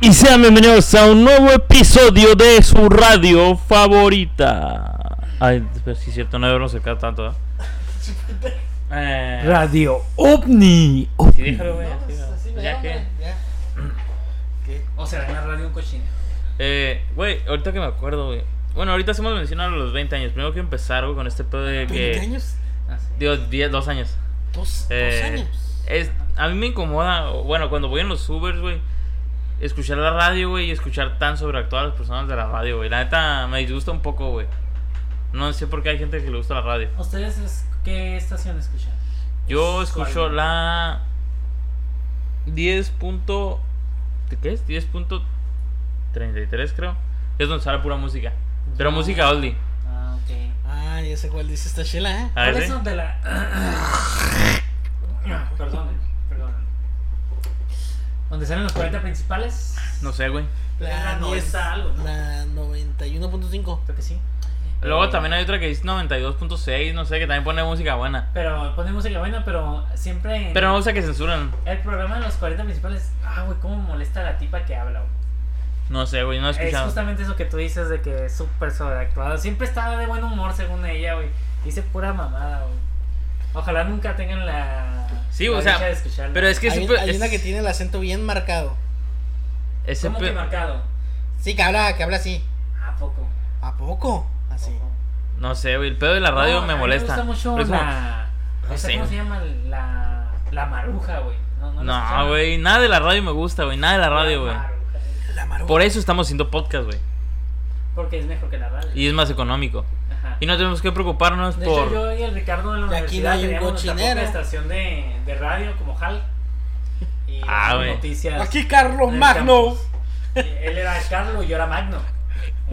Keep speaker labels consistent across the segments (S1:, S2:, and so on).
S1: Y sean bienvenidos a un nuevo episodio de su radio favorita. Ay, pero sí es cierto, no debemos acercar tanto, ¿eh? Eh,
S2: Radio OVNI.
S1: sí, déjalo, güey, así,
S3: Pues, así me
S1: ya
S3: llaman,
S1: que-
S3: ya.
S4: O será en la radio un cochino.
S1: Eh, güey, ahorita que me acuerdo, güey. Bueno, ahorita hacemos mención a los 20 años. Primero que empezar, güey, con este pedo de que...
S3: ¿20 años?
S1: Ah,
S4: Así.
S1: Dios, 10, 2 años.
S3: ¿Dos,
S1: Eh,
S3: dos años?
S1: Es, a mí me incomoda, o- bueno, cuando voy en los Ubers, güey, escuchar la radio, güey, y escuchar tan sobreactuadas las personas de la radio, güey. La neta me disgusta un poco, güey. No sé por qué hay gente que le gusta la radio.
S4: ¿Ustedes es- qué estación escuchan?
S1: Yo escucho
S4: ¿Cuál?
S1: la 10. punto- ¿Qué es? 10.33 creo. Es donde sale pura música. Pero
S4: Ya.
S1: música oldie.
S4: Ah, ok.
S3: Ah, ya sé cuál dice esta chela, ¿eh?
S1: A ver,
S4: ¿Cuáles
S1: ¿sí?
S4: son de la. Ah, perdonen, perdonen. ¿Dónde salen los 40 principales?
S1: No sé, Ah, güey.
S4: La 90 algo, ¿no?
S3: La 91.5.
S4: Creo que sí.
S1: Luego
S4: Eh,
S1: también hay otra que dice 92.6, no sé, que también pone música buena.
S4: Pero ponen música buena, pero siempre. en-
S1: Pero no gusta que censuran.
S4: El programa de los 40 principales. Ah, güey, cómo molesta la tipa que habla, güey.
S1: No sé, güey, no he
S4: Es
S1: escuchado.
S4: justamente eso que tú dices de que es súper sobreactuado. Siempre estaba de buen humor, según ella, güey. Dice pura mamada, güey. Ojalá nunca tengan la.
S1: Sí,
S4: la
S1: o sea,
S4: dicha de escucharla.
S1: Pero es que
S3: hay,
S1: siempre-
S3: hay
S1: es-
S3: una que tiene el acento bien marcado.
S1: ese
S4: ¿Cómo
S1: pe-
S4: que marcado?
S3: Sí, que habla, que habla así.
S4: ¿A poco?
S3: ¿A poco? Así.
S4: Poco.
S1: No sé, güey, el pedo de la radio
S4: No,
S1: me
S4: a mí
S1: molesta.
S4: Me
S1: Pero
S4: gusta mucho
S1: es como-
S4: la.
S1: no
S4: esa,
S1: sé.
S4: ¿Cómo se llama? La. La maruja, güey. No, no, la escuchaba.
S1: No, güey, nada de la radio me gusta, güey, nada de la radio, güey.
S4: maruja,
S3: La maruja.
S1: Por eso estamos haciendo podcast, güey.
S4: Porque es mejor que la radio.
S1: Y es más económico.
S4: Ajá.
S1: Y no tenemos que preocuparnos
S4: De
S1: por...
S4: hecho, yo y el Ricardo en la
S3: Y aquí no
S4: universidad
S3: hay un
S4: teníamos nuestra propia
S3: cochinero.
S4: estación de, de radio como Hal. Y
S1: Ah,
S4: hacíamos
S1: güey.
S4: noticias.
S3: Aquí Carlos
S4: en el
S3: Magno.
S4: campus. Eh, Él era Carlos y yo era Magno.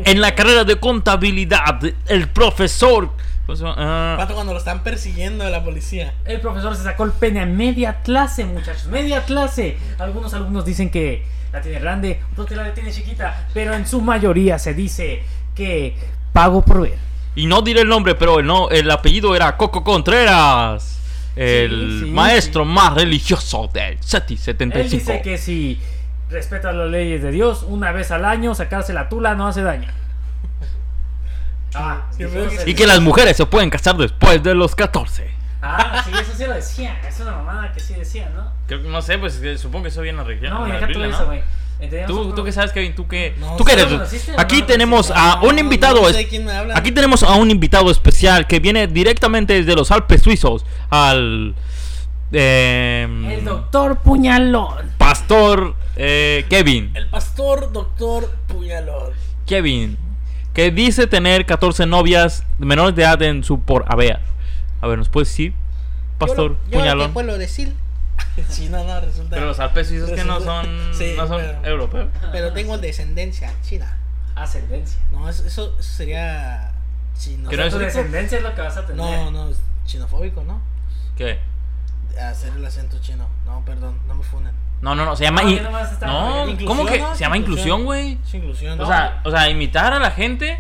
S1: En la carrera de contabilidad, el profesor... ¿Cómo se llama? Ah,
S3: Pato cuando lo están persiguiendo de la policía.
S4: El profesor se sacó el pene a media clase, muchachos. Media clase. Algunos alumnos dicen que la tiene grande, otros que la tiene chiquita. Pero en su mayoría se dice que pago por ver.
S1: y no diré el nombre, pero el, no, el apellido era Coco Contreras. El
S4: sí,
S1: maestro
S4: sí.
S1: más religioso del SETI 75.
S4: Él dice que si respetas las leyes de Dios, una vez al año sacarse la tula no hace daño. Ah,
S3: Sí,
S4: dijo
S3: creo que
S4: ese-
S1: Y que las mujeres se pueden casar después de los 14.
S4: Ah, sí, eso sí lo decía. Es una mamada que sí decía, ¿no?
S1: Creo que no sé, pues eh, supongo que eso viene arreglado.
S4: No, y
S1: en la
S4: deja todo
S1: Biblia,
S4: eso,
S1: ¿no?
S4: güey. Teníamos
S1: ¿Tú,
S4: otro-
S1: tú qué sabes, Kevin, tú qué,
S3: No,
S1: tú qué
S4: ¿sí lo
S1: eres.
S4: conociste o no
S1: Aquí
S4: lo
S1: tenemos
S4: conociste?
S1: a un
S3: No,
S1: invitado.
S3: No
S1: es-
S3: sé de quién me habla.
S1: Aquí tenemos a un invitado especial que viene directamente desde los Alpes suizos al em,
S4: El doctor Puñalón.
S1: pastor eh, Kevin,
S3: El pastor doctor Puñalón.
S1: Kevin, que dice tener 14 novias menores de edad en su por a ver, a ver, nos puedes decir, pastor
S3: yo, lo- yo
S1: Puñalón.
S3: lo que puedo decir. Sí, no, no,
S1: Pero
S3: resulta. Pero,
S1: los Alpes suizos que no son,
S3: Sí,
S1: no son
S3: pero-
S1: europeos.
S3: tengo descendencia china.
S4: Ascendencia.
S3: No, eso, eso sería chino.
S1: Que no
S4: Tu
S1: es-
S4: descendencia es lo que vas a tener.
S3: No, no, es chinofóbico, ¿no?
S1: ¿Qué?
S3: Hacer el acento chino. No, perdón, no me funen.
S1: No, no, no, se llama.
S3: Ah,
S4: No,
S1: in-
S4: Ah, ya no vas a estar-
S1: No,
S3: Inclusión,
S1: ¿cómo que?
S3: ¿no?
S1: Se llama inclusión,
S3: Inclusión.
S1: güey.
S3: Es inclusión.
S1: O sea, o sea, imitar a la gente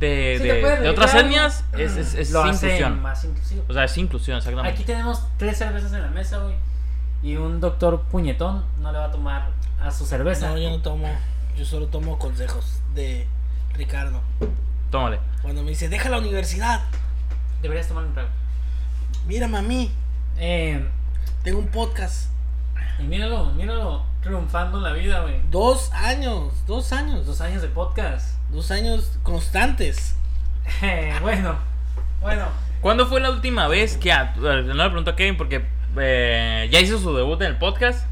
S1: de,
S4: Si
S1: de-
S4: te puedes
S1: de otras
S4: dedicar, mm,
S1: etnias es, es, Pues, es
S4: lo hace
S1: inclusión.
S4: más inclusivo.
S1: O sea, es inclusión,
S4: Aquí
S1: exactamente.
S4: tenemos tres cervezas en la mesa, güey. Y un doctor puñetón no le va a tomar a su cerveza.
S3: No, yo no tomo. Yo solo tomo consejos de Ricardo.
S1: Tómale.
S3: Cuando me dice, deja la universidad,
S4: Deberías tomar un trago.
S3: mírame a mí,
S4: Eh,
S3: tengo un podcast.
S4: y míralo, míralo triunfando en la vida, güey.
S3: Dos años, dos años, dos,
S4: Dos años de podcast.
S3: dos años constantes.
S4: Eh, bueno, bueno.
S1: ¿Cuándo fue la última vez que.? a- no le pregunto a Kevin porque eh, ya hizo su debut en el podcast.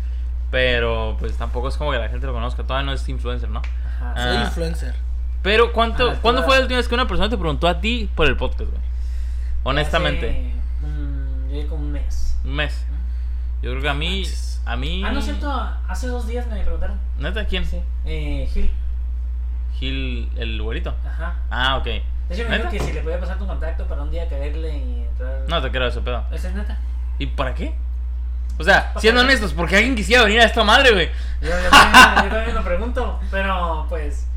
S1: Pero pues tampoco es como que la gente lo conozca. Todavía no es influencer, ¿no?
S4: Ajá,
S1: Ah.
S3: Soy influencer.
S1: Pero ¿cuánto,
S4: Ah,
S1: ¿cuándo
S4: claro.
S1: fue la última vez que una persona te preguntó a ti por el podcast, güey? Honestamente.
S4: Hace, mm, yo llevo como un mes.
S1: Un mes. Yo creo que a mí. A mí.
S4: Ah, no es cierto, hace dos días me preguntaron.
S1: ¿Neta quién?
S4: Sí. Eh, Gil.
S1: Gil, el güerito.
S4: Ajá.
S1: Ah, ok.
S4: De hecho, me
S1: ¿Neta?
S4: dijo que si le podía pasar tu contacto para un día caerle y entrar.
S1: No te creo eso, pedo.
S4: Esa es neta.
S1: ¿Y para qué? O sea, siendo honestos, porque alguien quisiera venir a esta madre, güey.
S4: Yo, yo también, yo también lo pregunto, pero pues.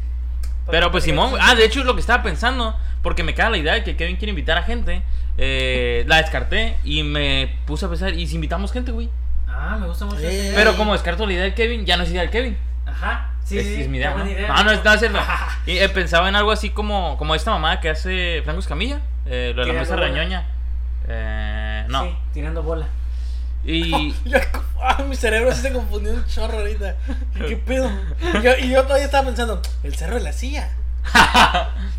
S1: Pero pues Simón, güey. ah, de hecho es lo que estaba pensando, porque me cae la idea de que Kevin quiere invitar a gente. Eh, la descarté y me puse a pensar, ¿y si invitamos gente, güey?
S4: Ah, me gusta mucho.
S3: Eh.
S4: ese-
S1: Pero como descarto la idea de Kevin, ya no es idea de Kevin.
S4: Ajá. Sí,
S1: es,
S4: sí,
S1: es mi idea.
S4: qué
S1: ¿no? Ah,
S4: buena idea,
S1: no, no, es,
S4: amigo.
S1: no, es cierto. Y eh, pensaba en algo así como, como esta mamá que hace Franco Escamilla, eh, lo de la
S4: Tirando
S1: mesa
S4: bola.
S1: reñoña. Eh, no.
S4: Sí, tirando bola.
S1: Y
S3: Yo, ah, mi cerebro sí se confundió un chorro ahorita. ¿Qué, qué pedo? Y yo, y yo todavía estaba pensando, el cerro de la silla.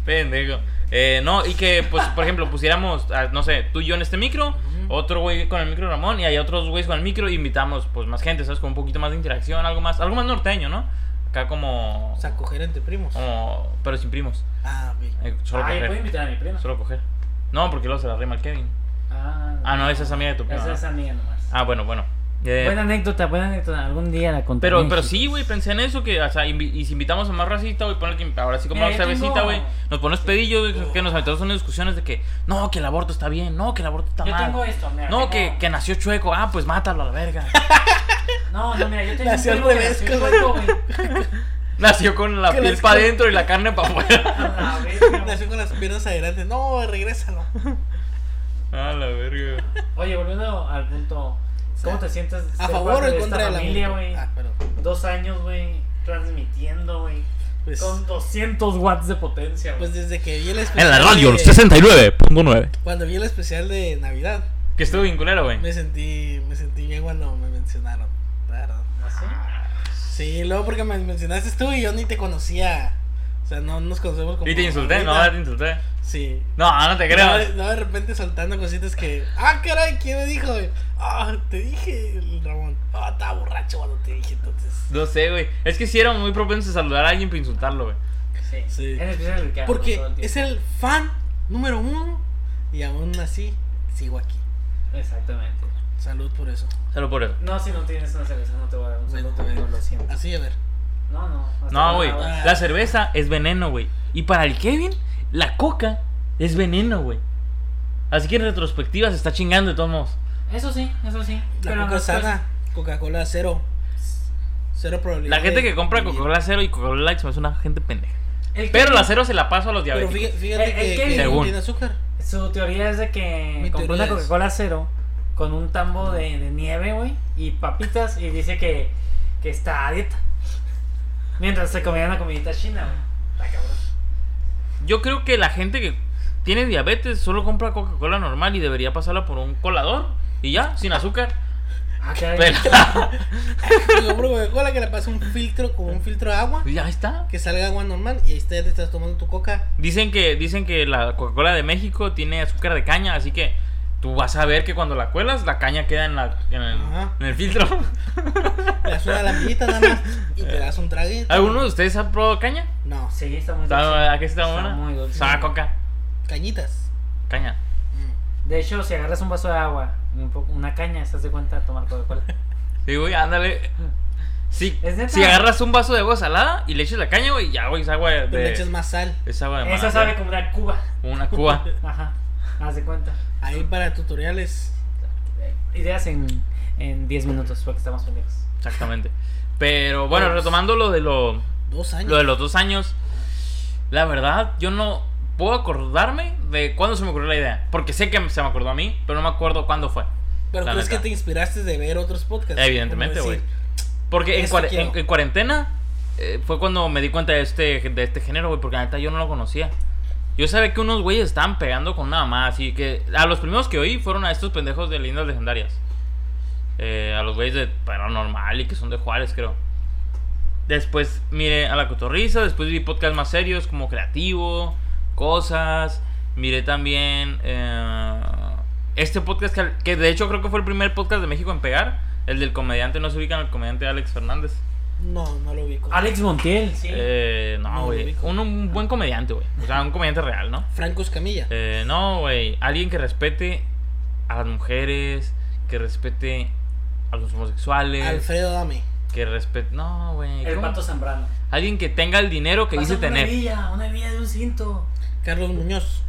S1: Pendejo. Eh, no, y que, pues, por ejemplo, pusiéramos, ah, no sé, tú y yo en este micro, otro güey con el micro Ramón, y hay otros güeyes con el micro, y invitamos, pues, más gente, ¿sabes? Con un poquito más de interacción, algo más, algo más norteño, ¿no? Acá como.
S3: O sea, coger entre primos.
S1: Ah. como- pero sin primos.
S3: Ah, vi.
S1: Eh, solo
S4: Ah, yo puedo
S1: coger.
S4: invitar a mi prima.
S1: Solo coger. No, porque luego se la rima al Kevin.
S4: Ah,
S1: Ah, no, esa es amiga de tu prima.
S4: Esa
S1: ¿no?
S4: es amiga nomás.
S1: Ah, bueno, bueno. Eh,
S4: buena anécdota, buena anécdota. Algún día la contaré.
S1: Pero, pero
S4: chicos.
S1: sí, güey, pensé en eso, que, o sea, invi- y si invitamos a más racista, güey, ponle que ahora sí como
S4: Mira,
S1: la
S4: yo tengo-
S1: cervecita, güey, nos ponemos pedillos, güey, que nos metemos en discusiones de que, no, que el aborto está bien, no, que el aborto está
S4: Yo
S1: mal.
S4: tengo esto, mira.
S1: no,
S4: tengo-
S1: que, que nació chueco, ah, pues mátalo a la verga.
S4: No, no, mira, yo tengo
S3: Nació
S4: un
S3: al
S4: primo que
S3: revés,
S4: nació
S3: güey.
S4: chueco, güey.
S1: nació con la
S3: Que
S1: piel
S3: las-
S1: para adentro y la carne para afuera.
S4: A la verga, Ah, güey.
S3: Nació con las piernas adelante. No, regrésalo.
S1: a la verga.
S4: Oye, volviendo al punto. ¿Cómo te sientes de
S3: ¿A
S4: ser
S3: favor
S4: parte
S3: o en
S4: de
S3: contra
S4: esta
S3: de la
S4: familia, güey?
S3: Ah, perdón.
S4: Dos años, güey, transmitiendo, güey.
S3: Pues,
S4: Con 200 watts de potencia, güey.
S3: pues desde que vi el especial.
S2: En la radio,
S3: de-
S2: 69.9.
S3: Cuando vi el especial de Navidad,
S1: Que estuvo bien culero, güey.
S3: me sentí, me sentí bien cuando me mencionaron. la verdad.
S4: ¿Así?
S3: ah, Sí, luego porque me mencionaste tú y yo ni te conocía. O sea, no nos conocemos como.
S1: Y te insulté, no,
S3: ahorita.
S1: te insulté.
S3: Sí.
S1: No, no te
S3: No,
S1: creas.
S3: de- no, de repente soltando cositas que. ¡Ah, caray! ¿Quién me dijo? ¡Ah, te dije, el Ramón! ¡Ah, estaba borracho cuando te dije entonces!
S1: No sé, güey. Es que sí era muy propenso a saludar a alguien para insultarlo, güey.
S4: Sí.
S3: Sí.
S4: En especial el Ricardo,
S3: Porque
S4: pues, todo el tiempo.
S3: es el fan número uno y aún así sigo aquí.
S4: Exactamente.
S3: Salud por eso.
S1: Solo por eso.
S4: No, si no tienes una cerveza, no te voy a dar un
S3: Bueno,
S4: saludo,
S3: bueno.
S4: amigo, lo siento.
S3: Así, a ver.
S4: No, no. hasta
S1: No, güey.
S3: Ah.
S4: luego.
S1: La cerveza es veneno, güey. Y para el Kevin, la coca es veneno, güey. Así que en retrospectiva se está chingando de todos modos.
S4: Eso sí, eso sí.
S3: La
S4: pero
S3: Coca
S4: no,
S3: sana, Coca-Cola cero. Cero probabilidad.
S1: La gente
S3: de
S1: que compra
S3: vivir.
S1: Coca-Cola cero y Coca-Cola light se me hace una gente pendeja.
S4: el
S1: Pero
S4: Kevin,
S1: la cero se la paso a los
S3: Pero
S1: diabéticos.
S3: fíjate, fíjate
S4: El-
S3: que,
S4: el
S3: que
S4: Kevin.
S1: Según.
S3: no tiene azúcar.
S4: Su teoría es de que
S3: Mi
S4: compró una
S3: teoría es-
S4: Coca-Cola cero con un tambo de, de nieve, güey, y papitas, y dice que, que está a dieta. Mientras se comía una comidita china, güey. Está cabrón.
S1: Yo creo que la gente que tiene diabetes solo compra Coca-Cola normal y debería pasarla por un colador y ya, sin azúcar.
S4: Ah, caray.
S1: Pero
S3: Yo compro Coca-Cola que le pasa un filtro con un filtro de agua.
S1: ya está.
S3: Que salga agua normal y ahí está, te estás tomando tu coca.
S1: Dicen que, dicen que la Coca-Cola de México tiene azúcar de caña, así que tú vas a ver que cuando la cuelas, la caña queda en, la, en, el,
S3: Ajá.
S1: en el filtro.
S3: Le das una lamiguita nada más y te das un traguito.
S1: ¿Alguno de ustedes ha probado caña?
S3: No,
S4: Sí, está muy dulce.
S1: ¿Sabe ¿A qué está
S4: Está
S1: buena?
S4: muy dulce.
S1: Sabe a coca,
S3: cañitas.
S1: caña.
S3: Mm.
S4: De hecho, si agarras un vaso de agua, un poco- una caña, estás de cuenta de tomar Coca-Cola.
S1: Sí, güey, ándale. Si,
S4: ¿Es neta?
S1: si agarras un vaso de agua salada y le echas la caña, güey, ya, güey, es agua
S3: Pero le echas
S1: de...
S3: más sal.
S1: Es agua de
S4: Esa
S1: mar,
S4: sabe
S1: güey.
S4: como una cuba.
S1: Una cuba.
S4: Ajá, haz de cuenta.
S3: Ahí para tutoriales.
S4: Ideas en, en 10 minutos, porque estamos pendejos.
S1: Exactamente. Pero bueno,
S4: Pues.
S1: retomando lo de lo,
S3: Dos años.
S1: lo de los dos años, la verdad, yo no puedo acordarme de cuándo se me ocurrió la idea. Porque sé que se me acordó a mí, pero no me acuerdo cuándo fue.
S3: Pero
S1: La
S3: crees
S1: neta.
S3: que te inspiraste de ver otros podcasts.
S1: Evidentemente,
S3: Como
S1: güey.
S3: decir,
S1: Porque en,
S3: Esto
S1: cuare-
S3: quiero.
S1: en- en cuarentena eh, fue cuando me di cuenta de este, de este género, güey, porque la neta yo no lo conocía. Yo sabía que unos güeyes estaban pegando con nada más, así que a los primeros que oí fueron a estos pendejos de lindas legendarias. Eh, a los güeyes de Paranormal y que son de Juárez, creo. Después miré a La Cotorriza, después vi podcasts más serios como Creativo, Cosas. Miré también eh, este podcast que, al- que de hecho creo que fue el primer podcast de México en pegar. El del comediante, no se ubican al comediante Alex Fernández.
S3: No, no lo ubico.
S4: Alex Montiel, sí.
S1: Eh,
S3: No
S1: no,
S3: lo
S1: güey.
S3: ubico.
S1: Un, un buen comediante, güey. O sea, un comediante real, ¿no?
S3: Franco Escamilla.
S1: Eh, no, güey. Alguien que respete a las mujeres, que respete a los homosexuales,
S3: Alfredo Dame.
S1: que respete. No, güey.
S4: el
S1: ¿cómo?
S4: pato Zambrano.
S1: Alguien que tenga el dinero que dice
S4: Pásame Una
S1: tener.
S4: hebilla, una hebilla de un cinto.
S3: Carlos Muñoz.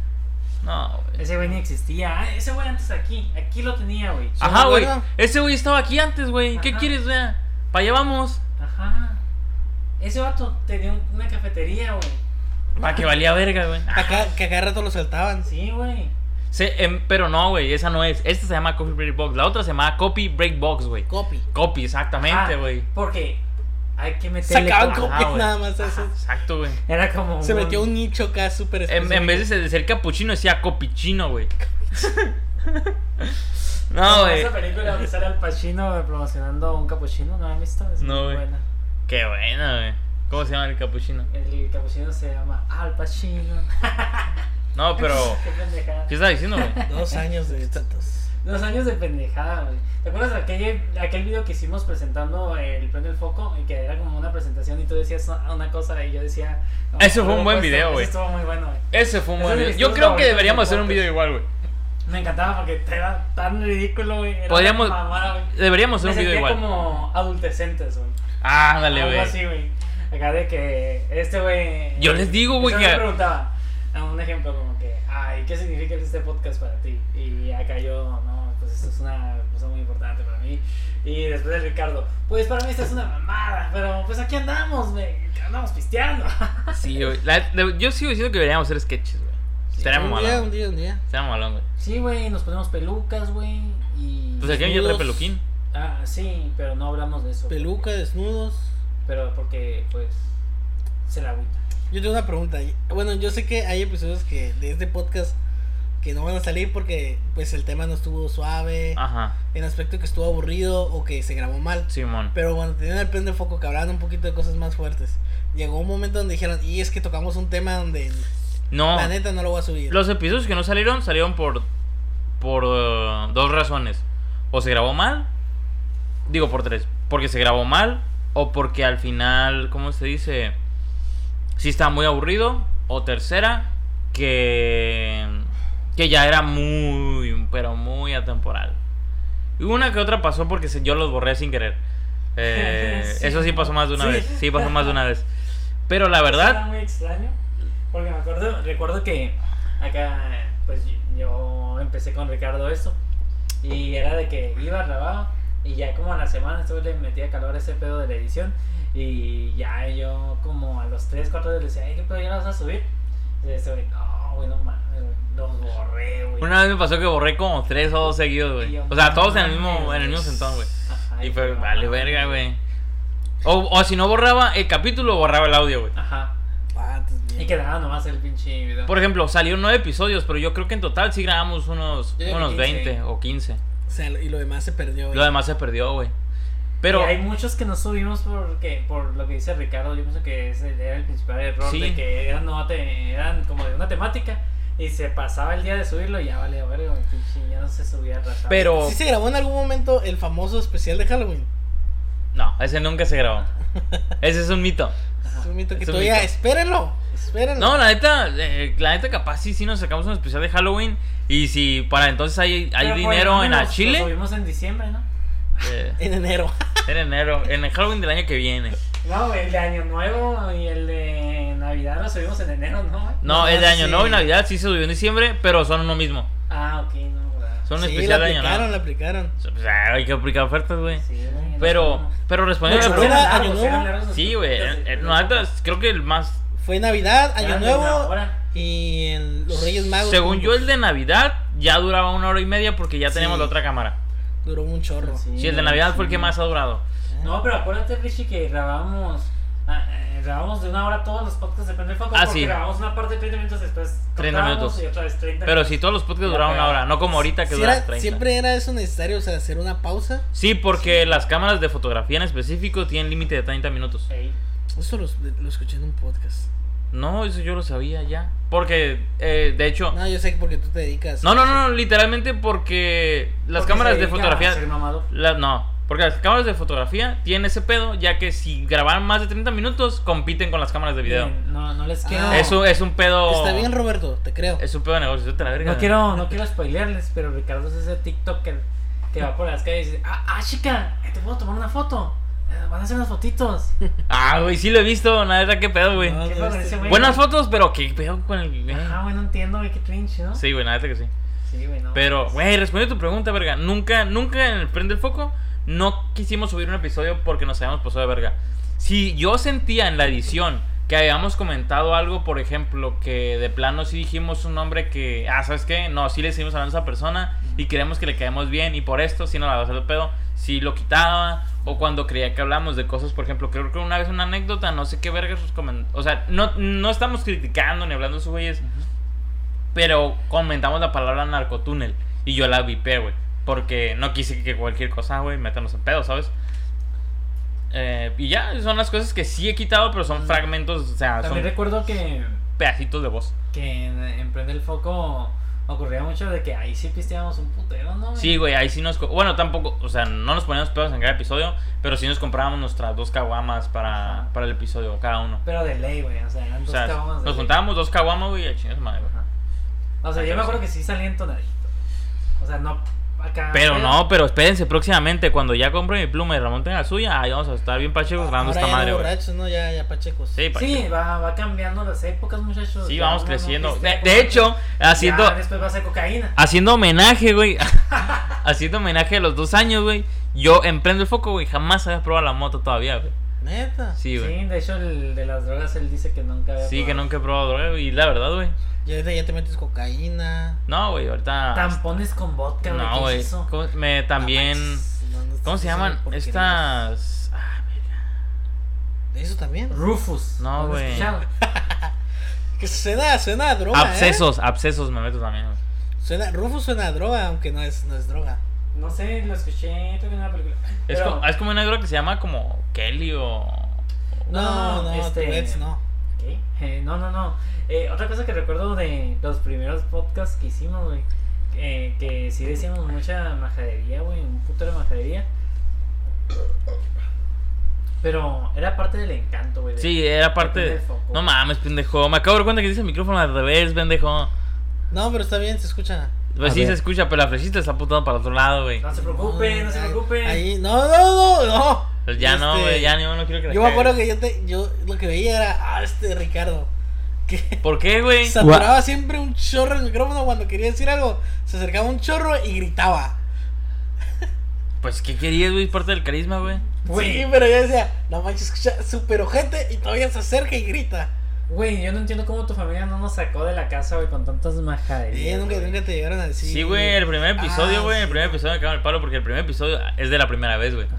S1: No, güey.
S4: Ese güey ni existía. Ah, ese güey antes aquí. Aquí lo tenía, güey.
S3: Ah.
S1: Ajá, güey.
S3: acuerdo?
S1: Ese güey estaba aquí antes, güey. ¿Qué
S4: Ajá.
S1: quieres, güey? Para allá vamos.
S4: Ajá. Ese vato tenía un- una cafetería, güey.
S1: Va, que valía verga, güey. Ah,
S3: Acá, que a cada rato lo saltaban. sí.
S4: Sí, güey.
S1: se- em, pero no, güey. Esa no es. Esta se llama Coffee Break Box. La otra se llama Copy Break Box, güey.
S3: Copy.
S1: Copy,
S4: Ah,
S1: exactamente, güey.
S4: Porque hay que
S3: Se
S4: meterle
S3: acaban
S4: con-
S3: con
S1: Ajá, güey.
S3: nada más a eso.
S1: Exacto, güey.
S4: Era como
S3: Se metió un nicho acá súper
S1: Ah, En, en vez de decir capuchino, decía copichino, güey. no,
S4: como
S1: güey.
S4: Esa película donde sale Al Pacino promocionando un capuchino, ¿no la han visto? Es
S1: No,
S4: muy
S1: güey.
S4: buena.
S1: Qué buena, güey. ¿Cómo se llama el capuchino?
S4: El capuchino se llama Al Pacino.
S1: No, pero.
S4: Qué pendejada.
S1: ¿Qué estaba diciendo, güey?
S3: Dos años de estatus.
S4: Dos años de pendejada, güey. ¿Te acuerdas de aquel, aquel video que hicimos presentando el Prende el Foco? Y que era como una presentación y tú decías una una cosa y yo decía... no,
S1: Eso fue un
S4: luego
S1: buen
S4: esto-
S1: video,
S4: eso
S1: güey.
S4: Estuvo muy bueno, güey.
S1: Ese fue un
S4: Esa
S1: buen
S4: es mi
S1: video. Yo
S4: historia
S1: creo que
S4: favorita
S1: deberíamos
S4: del
S1: hacer un
S4: podcast.
S1: video igual, güey.
S4: Me encantaba porque era tan ridículo, güey. Era una
S1: Podríamos-
S4: mamada, güey.
S1: Deberíamos
S4: Me
S1: hacer un video
S4: sentía
S1: igual.
S4: como adultecentes, güey.
S1: Ah, dale,
S4: Algo
S1: güey.
S4: así, güey. Acá de que este güey.
S1: Yo les digo, güey,
S4: Yo
S1: que-
S4: me preguntaba. a Un ejemplo como que, ay, ¿qué significa este podcast para ti? Y acá yo, no, pues esto es una cosa muy importante para mí. Y después el Ricardo, pues para mí esta es una mamada, pero pues aquí andamos, güey, andamos pisteando.
S1: Sí, güey. La- de- Yo sigo diciendo que deberíamos hacer sketches, güey. Estaría
S3: un
S1: malón.
S3: día,
S1: güey.
S3: un día, un día.
S1: Estaría malón, güey.
S4: Sí, güey, nos ponemos pelucas, güey, y...
S1: Pues aquí hay otro
S3: Desnudos.
S1: peluquín.
S4: Ah, sí, pero no hablamos de eso.
S3: Peluca, desnudos.
S4: Pero porque, pues, se la agüita.
S3: Yo tengo una pregunta. Bueno, yo sé que hay episodios que de este podcast que no van a salir porque pues el tema no estuvo suave,
S1: Ajá,
S3: en aspecto que estuvo aburrido o que se grabó mal.
S1: Simón.
S3: Pero bueno, tenían el prende foco que hablaban un poquito de cosas más fuertes. Llegó un momento donde dijeron, y es que tocamos un tema donde
S1: No,
S3: la neta no lo voy a subir.
S1: Ah. los episodios que no salieron salieron por por eh, dos razones. O se grabó mal, digo por tres, porque se grabó mal o porque al final, ¿cómo se dice? Sí estaba muy aburrido o tercera que que ya era muy pero muy atemporal. Y una que otra pasó porque se- yo los borré sin querer. Eh,
S4: Sí.
S1: Eso sí pasó más de una
S3: Sí.
S1: vez. Sí pasó más de una vez. Pero la verdad,
S4: Era muy extraño. Porque me acuerdo, recuerdo que acá, pues yo empecé con Ricardo esto. Y era de que iba grabado. Y ya como a la semana estuve le metía calor a ese pedo de la edición. Y ya yo como a los 3, 4 días le decía, "Ey, ¿qué pedo ya lo vas a subir? Y ese güey, no, güey, no mames, güey, los borré, güey.
S1: Una vez me pasó que borré como tres o dos seguidos, güey. O sea, todos en el mismo, en el mismo sentón, güey.
S4: Ajá,
S1: Y
S4: dije,
S1: fue,
S4: "No
S1: vale,
S4: mames".
S1: verga, güey. O, o si no borraba el capítulo, borraba el audio, güey.
S4: Ajá.
S3: Ah, entonces, bien.
S4: Y quedaba nomás el pinche video.
S1: Por ejemplo, salieron nueve episodios, pero yo creo que en total sí grabamos unos,
S3: Yo digo
S1: unos
S3: que
S1: 20
S3: quince.
S1: o 15.
S3: O sea, lo- y lo demás se perdió.
S1: Lo demás se perdió, güey. Pero
S4: Y hay muchos que no subimos porque, por lo que dice Ricardo, yo pienso que ese era el principal error
S1: Sí.
S4: de que eran, no te- eran como de una temática y se pasaba el día de subirlo y ya vale, verga, güey, pinche, ya no se subía atrasado.
S1: Pero-
S3: Sí se grabó en algún momento el famoso especial de Halloween.
S1: no, ese nunca se grabó. Ese es un mito.
S3: Es un mito que
S1: Es un
S3: todavía.
S1: mito.
S3: Espérenlo. Espérenlo.
S1: No, la neta, eh, la neta capaz sí, sí nos sacamos un especial de Halloween. Y si para entonces hay, hay
S4: Pero por
S1: dinero
S4: lo
S1: en
S4: menos
S1: la
S4: Lo
S1: Chile,
S4: subimos en diciembre, ¿no?
S1: eh,
S3: En enero.
S1: en enero, en el Halloween del año que viene.
S4: No, el de Año Nuevo y el de Navidad lo subimos en enero, ¿no? güey?
S1: No,
S3: No,
S1: el de Año
S3: sí.
S1: Nuevo y Navidad sí se subió en diciembre, pero son uno mismo.
S4: Ah, ok, no, verdad.
S1: Son un
S3: Sí, la
S1: especial de Año
S3: aplicaron,
S1: Nuevo.
S3: la aplicaron.
S1: Pues, ah, hay que aplicar ofertas, güey.
S4: Sí, güey, no
S1: Pero,
S4: subimos.
S1: pero
S4: No,
S1: respondiendo a la
S3: pero
S1: pregunta.
S3: era
S4: eran
S3: Año
S4: largos,
S3: Nuevo.
S4: eran largos los
S1: Sí, güey.
S4: capítulos,
S1: en- en-
S4: pero-
S1: No, antes, creo que el más.
S3: Fue Navidad, Año
S4: Eran de una
S3: Nuevo
S4: hora.
S3: y en los Reyes Magos.
S1: Según yo, el de Navidad ya duraba una hora y media porque ya teníamos
S3: Sí.
S1: la otra cámara.
S3: Duró un chorro. Ah.
S4: Sí,
S1: Sí, el de Navidad fue el que
S4: sí.
S1: más ha durado.
S4: No, pero acuérdate, Richie, que grabamos. ah, eh, grabamos de una hora todos los podcasts de Prender Foco.
S1: Ah,
S4: porque
S1: sí.
S4: grabamos una parte de 30 minutos después.
S1: 30
S4: cortábamos
S1: minutos.
S4: Y otra vez 30
S1: Pero
S4: minutos.
S1: si todos los podcasts
S4: Ya
S1: duraban una
S4: pegaba.
S1: hora, no como ahorita que
S3: Sí,
S1: duran
S3: era-
S1: 30.
S3: siempre era eso necesario, o sea, hacer una pausa.
S1: Sí, porque las cámaras de fotografía en específico tienen límite de 30 minutos.
S4: Ey,
S3: Eso los- lo, escuché en un podcast.
S1: No, eso yo lo sabía ya. Porque, eh, de hecho.
S3: No, yo sé que porque tú te dedicas.
S1: No, no, no, no, literalmente porque las
S4: porque
S1: cámaras
S4: se
S1: de
S4: dedica a ser
S1: fotografía.
S4: mamado.
S1: la- no, porque las cámaras de fotografía tienen ese pedo, ya que si graban más de 30 minutos, compiten con las cámaras de video.
S4: Bien, No, no les
S3: Ah,
S4: quiero.
S3: no.
S1: Eso es un pedo.
S3: Está bien, Roberto, te creo.
S1: Es un pedo de negocio, te la verga.
S4: No quiero, no quiero spoilearles, pero Ricardo es ese TikToker que va por las calles y dice: Ah, ah, chica, te puedo tomar una foto. Eh, Van a hacer unas fotitos.
S1: Ah, güey, sí lo he visto, la neta, qué pedo, güey.
S3: No,
S4: ¿Qué
S3: no,
S4: pasa con
S3: este-
S4: ese güey?
S1: Buenas fotos, pero qué pedo con el.
S4: Ah, güey, no entiendo, güey, qué trinche, ¿no?
S1: Sí, güey, la neta que sí.
S4: Sí, güey, no.
S1: Pero, güey, respondiendo a tu pregunta, verga. Nunca, nunca en el Prende el Foco no quisimos subir un episodio porque nos habíamos pasado de verga. Si yo sentía en la edición que habíamos comentado algo, por ejemplo, que de plano sí dijimos un nombre que, ah, ¿sabes qué? No, sí le seguimos hablando a esa persona y queremos que le caemos bien y por esto sí nos la va a hacer el pedo. si lo quitaba o cuando creía que hablamos de cosas, por ejemplo, creo que una vez una anécdota, no sé qué vergas sus comen- o sea, no, no estamos criticando ni hablando de sus güeyes, pero comentamos la palabra narcotúnel y yo la vipé, güey, porque no quise que cualquier cosa, güey, métanos en pedo, ¿sabes? Eh, y ya, son las cosas que sí he quitado, pero son
S4: Mm.
S1: fragmentos, o sea,
S4: También
S1: son
S4: recuerdo que,
S1: pedacitos de voz.
S4: que en, en Prende el Foco ocurría mucho de que ahí sí pisteábamos un putero, ¿no? güey?
S1: Sí, güey, ahí sí nos... co- Bueno, tampoco, o sea, no nos poníamos pedos en cada episodio, pero sí nos comprábamos nuestras dos caguamas para,
S4: Ajá.
S1: para el episodio, cada uno.
S4: Pero de ley, güey. O sea, eran
S1: O
S4: dos
S1: sea,
S4: caguamas de
S1: nos
S4: ley.
S1: juntábamos dos caguamas, güey, y a chingar su madre, güey.
S4: Ajá. O sea, yo me acuerdo que sí salía entonadito. O sea, no acá.
S1: Pero no, pero espérense, próximamente, cuando ya compre mi pluma y Ramón tenga la suya, ahí pues, vamos a estar bien pachecos grabando esta
S3: Ahora ya no
S1: madre, güey.
S3: borrachos, ¿no? Ya, ya pachecos.
S1: Sí,
S4: Sí,
S1: pacheco.
S4: va, va cambiando las épocas, muchachos.
S1: Sí,
S4: Ya
S1: vamos
S4: uno no
S1: creciendo.
S4: pistea
S1: De,
S4: como
S1: de
S4: antes.
S1: hecho, haciendo,
S4: Ya, después va a ser cocaína.
S1: haciendo homenaje, güey. haciendo homenaje a los dos años, güey. Yo emprendo el foco, güey. Jamás había probado la moto todavía, güey.
S3: Neta.
S1: Sí,
S4: Sí,
S1: güey.
S4: de hecho, el de las drogas él dice que nunca había.
S1: Sí, que
S4: probado.
S1: nunca he probado droga, güey. Y la verdad, güey.
S3: Y ahorita ya te metes cocaína.
S1: No, güey, ahorita.
S4: Tampones con vodka, güey.
S1: no,
S4: ¿qué
S1: güey.
S4: es eso?
S1: ¿Cómo- Me también.
S3: No, no
S1: ¿Cómo
S3: estás
S1: se llaman?
S3: diciendo porquerías.
S1: Estas. Ah,
S3: ¿Eso también?
S4: Rufus.
S1: No,
S4: ¿lo has
S1: güey.
S4: escuchado?
S3: Que suena, suena a droga,
S1: Ah, abscesos, abscesos me meto también, güey.
S3: ¿eh? Suena, Rufus suena a droga, aunque no es, no es droga.
S4: No sé, lo escuché, creo que en una película.
S1: Es,
S4: Pero-
S1: co- es como una droga que se llama como Kelly o.
S3: No,
S4: No, no,
S3: no, no,
S4: este-
S3: Tourette's no.
S4: ¿Qué? Eh, no, no, no. Eh, otra cosa que recuerdo de los primeros podcasts que hicimos, güey. eh, que sí decíamos mucha majadería, güey. Un putero de majadería. Pero era parte del encanto, güey. de-
S1: Sí, era parte de.
S4: Depende del foco.
S1: No mames, pendejo. Me acabo de dar cuenta que dice el micrófono al revés, pendejo.
S3: No, pero está bien, se escucha.
S1: Pues
S2: A
S1: sí
S2: ver.
S1: se escucha, pero la flechita está apuntando para otro lado, güey.
S4: No se preocupen, no se
S3: ahí-
S4: preocupen.
S3: Ahí, no, no, no, no.
S1: Pues ya no,
S3: Este,
S1: güey, ya ni no quiero que la
S3: Yo me
S1: cagues.
S3: acuerdo que yo, te, yo lo que veía era, ah, este Ricardo. Que
S1: ¿Por qué, güey?
S3: saturaba siempre un chorro el micrófono cuando quería decir algo. Se acercaba un chorro y gritaba.
S1: Pues, ¿qué querías, güey? Es parte del carisma, güey.
S4: Güey.
S3: Sí, pero yo decía, no manches, escucha súper ojete y todavía se acerca y grita.
S4: Güey, yo no entiendo cómo tu familia no nos sacó de la casa, güey, con tantas majaderías.
S3: Eh, nunca,
S4: güey.
S3: nunca te llegaron a decir.
S1: Sí, güey, el primer episodio,
S3: Ah,
S1: güey. El
S3: sí.
S1: primer episodio me cagaron el palo porque el primer episodio es de la primera vez, güey.
S4: Ajá.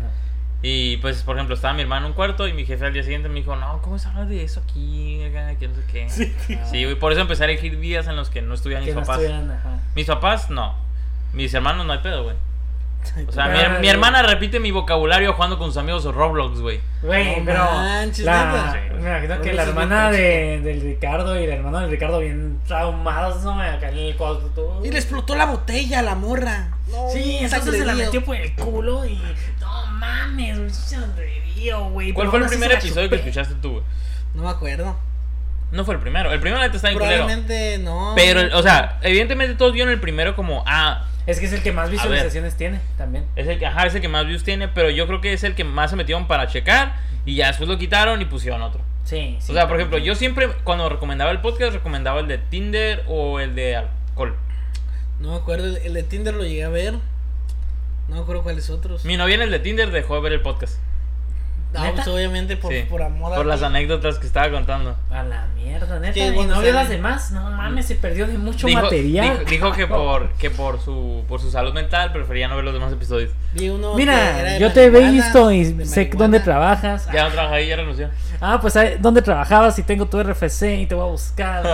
S1: Y pues, por ejemplo, estaba mi hermano en un cuarto y mi jefe al día siguiente me dijo, no, ¿cómo se habla de eso aquí? Acá, que no sé qué.
S3: Sí,
S4: Ah,
S1: Sí, güey, por eso empecé a elegir días en los que no estuvieran
S4: Que
S1: mis
S4: no
S1: papás.
S4: estuvieran, ajá.
S1: Mis papás, no. Mis hermanos, no hay pedo, güey. O sea, mi,
S4: Ay,
S1: mi hermana repite mi vocabulario jugando con sus amigos o Roblox, güey.
S4: Güey,
S3: No
S4: pero
S3: manches,
S4: la,
S3: neta.
S1: Sí, güey.
S4: me imagino que
S3: No
S4: la
S3: sé si
S4: hermana
S3: me
S4: de, del Ricardo y la hermana del Ricardo bien traumadas, ¿no? Acá en el cuarto. todo.
S3: Y le explotó la botella a la morra. No,
S4: Sí, entonces se la
S3: sangrerío.
S4: metió por el culo y no mames, güey, se sonreíó, güey.
S1: ¿Cuál
S4: pero
S1: fue el
S4: aún así
S1: primer
S4: se la
S1: episodio que
S4: chupé.
S1: escuchaste tú, güey?
S3: No me acuerdo.
S1: No fue el primero. El primero, la neta, está en culero.
S3: Probablemente no.
S1: Pero, el- o sea, evidentemente todos vieron el primero como, ah,
S4: Es que es el que más visualizaciones tiene también.
S1: es el que, ajá, es el que más views tiene, pero yo creo que es el que más se metieron para checar y ya después lo quitaron y pusieron otro.
S4: Sí, sí.
S1: o sea, por ejemplo, yo siempre cuando recomendaba el podcast recomendaba el de Tinder o el de alcohol.
S3: No me acuerdo. El, el de Tinder lo llegué a ver. No me acuerdo cuáles otros.
S1: Mi novia en el de Tinder dejó de ver el podcast.
S3: No,
S4: ¿Neta?
S3: pues obviamente por,
S1: Sí,
S3: por amor a
S1: Por
S3: ti.
S1: las anécdotas que estaba contando.
S4: A la mierda, neta.
S3: Que
S4: ¿Y
S3: cuando
S4: no vio
S3: sale-
S4: las demás? No mames, se perdió de mucho
S1: dijo,
S4: material.
S1: dijo- dijo que por que por su por su salud mental prefería no ver los demás episodios.
S3: Vi uno que era
S4: Mira,
S3: de
S4: yo te he
S3: marihuana,
S4: visto y
S3: de
S4: sé
S3: marihuana.
S4: dónde trabajas.
S1: Ya no trabaja ahí, ya renunció.
S4: Ah, pues ¿sabes dónde trabajabas y tengo tu RFC y te voy a buscar.
S3: Vi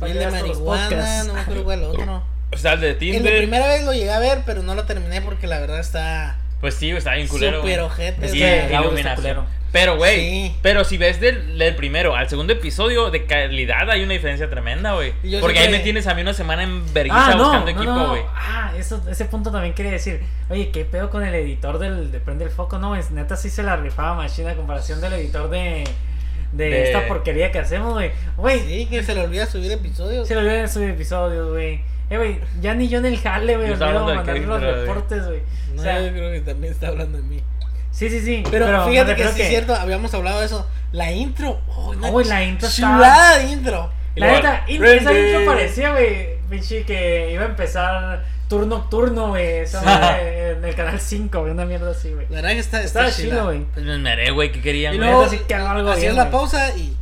S4: para que
S3: el de
S4: veas todos los
S3: marihuana.
S4: podcasts.
S3: No me acuerdo cuál otro.
S1: O sea, el de
S3: El de
S1: Tinder.
S3: primera vez lo llegué a ver, pero no lo terminé porque la verdad está.
S1: Pues sí, güey, está bien culero. güey.
S3: Súper ojete,
S1: Es
S4: güey.
S1: que
S4: Sí, Laura
S1: iluminación.
S4: está culero.
S1: Pero, güey,
S3: Sí.
S1: pero si ves del, del primero al segundo episodio de calidad hay una diferencia tremenda, güey.
S3: Y yo
S1: Porque ahí
S3: siempre-
S1: me tienes a mí una semana en vergüenza
S4: Ah, no,
S1: buscando
S4: no,
S1: equipo,
S4: no.
S1: güey.
S4: Ah, eso, ese punto también quería decir. Oye, ¿qué pedo con el editor del, de Prende el Foco? No, es neta sí se la rifaba Machina a comparación del editor de, de,
S1: De-
S4: esta porquería que hacemos, güey. Güey,
S3: Sí, que se le olvida subir episodios.
S4: se lo veo en sus episodios, güey. Eh, güey, ya ni yo en el jale, güey.
S1: Yo estaba
S4: Olvido
S1: hablando
S4: mandar
S1: de
S4: los
S1: Kevin, pero,
S4: reportes, güey.
S3: No,
S4: O sea,
S3: yo creo que también está hablando de mí.
S4: sí, sí, sí.
S3: Pero,
S4: me
S3: fíjate que
S4: refiero
S3: sí es cierto, habíamos hablado de eso. La intro. uy, una
S4: No, güey, la intro estaba-
S3: Chulada de intro.
S4: La
S1: Igual.
S4: neta, in-
S1: Prende.
S4: esa intro parecía, güey, pinche, que iba a empezar turno nocturno, güey. Esa madre en el canal 5, güey, una mierda así, güey.
S3: La verdad que está, está,
S4: Estaba
S3: chila.
S4: chido, güey.
S1: Pues me meré, güey, ¿qué querían,
S3: Y
S1: güey?
S3: luego
S4: neta sí quedó algo
S3: hacías
S4: bien,
S3: la
S4: güey.
S3: pausa y.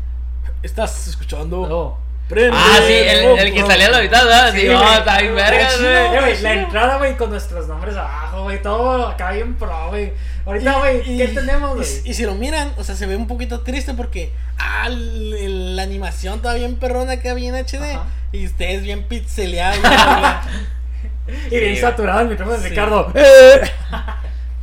S3: Estás escuchando.
S4: No.
S3: Prende
S1: Ah, sí, el, el que
S3: foco.
S1: salía a la mitad, ¿verdad? Sí,
S4: Sí,
S1: oh,
S4: güey.
S1: está bien verga,
S3: Está chido,
S1: güey.
S4: Eh, güey, la
S3: sí.
S4: entrada, güey, con nuestros nombres abajo, güey, todo acá bien pro, güey. Ahorita, güey,
S3: Y-
S4: ¿qué
S3: y-
S4: tenemos,
S3: y-
S4: güey?
S3: Y, si lo miran, o sea, se ve un poquito triste porque ah, el- el- la animación está bien perrona acá, bien HD.
S4: Ajá.
S3: Y ustedes bien pixeleados. güey.
S4: Y bien
S1: Sí,
S4: saturado el micrófono de
S3: Sí.
S4: Ricardo.
S2: Eh.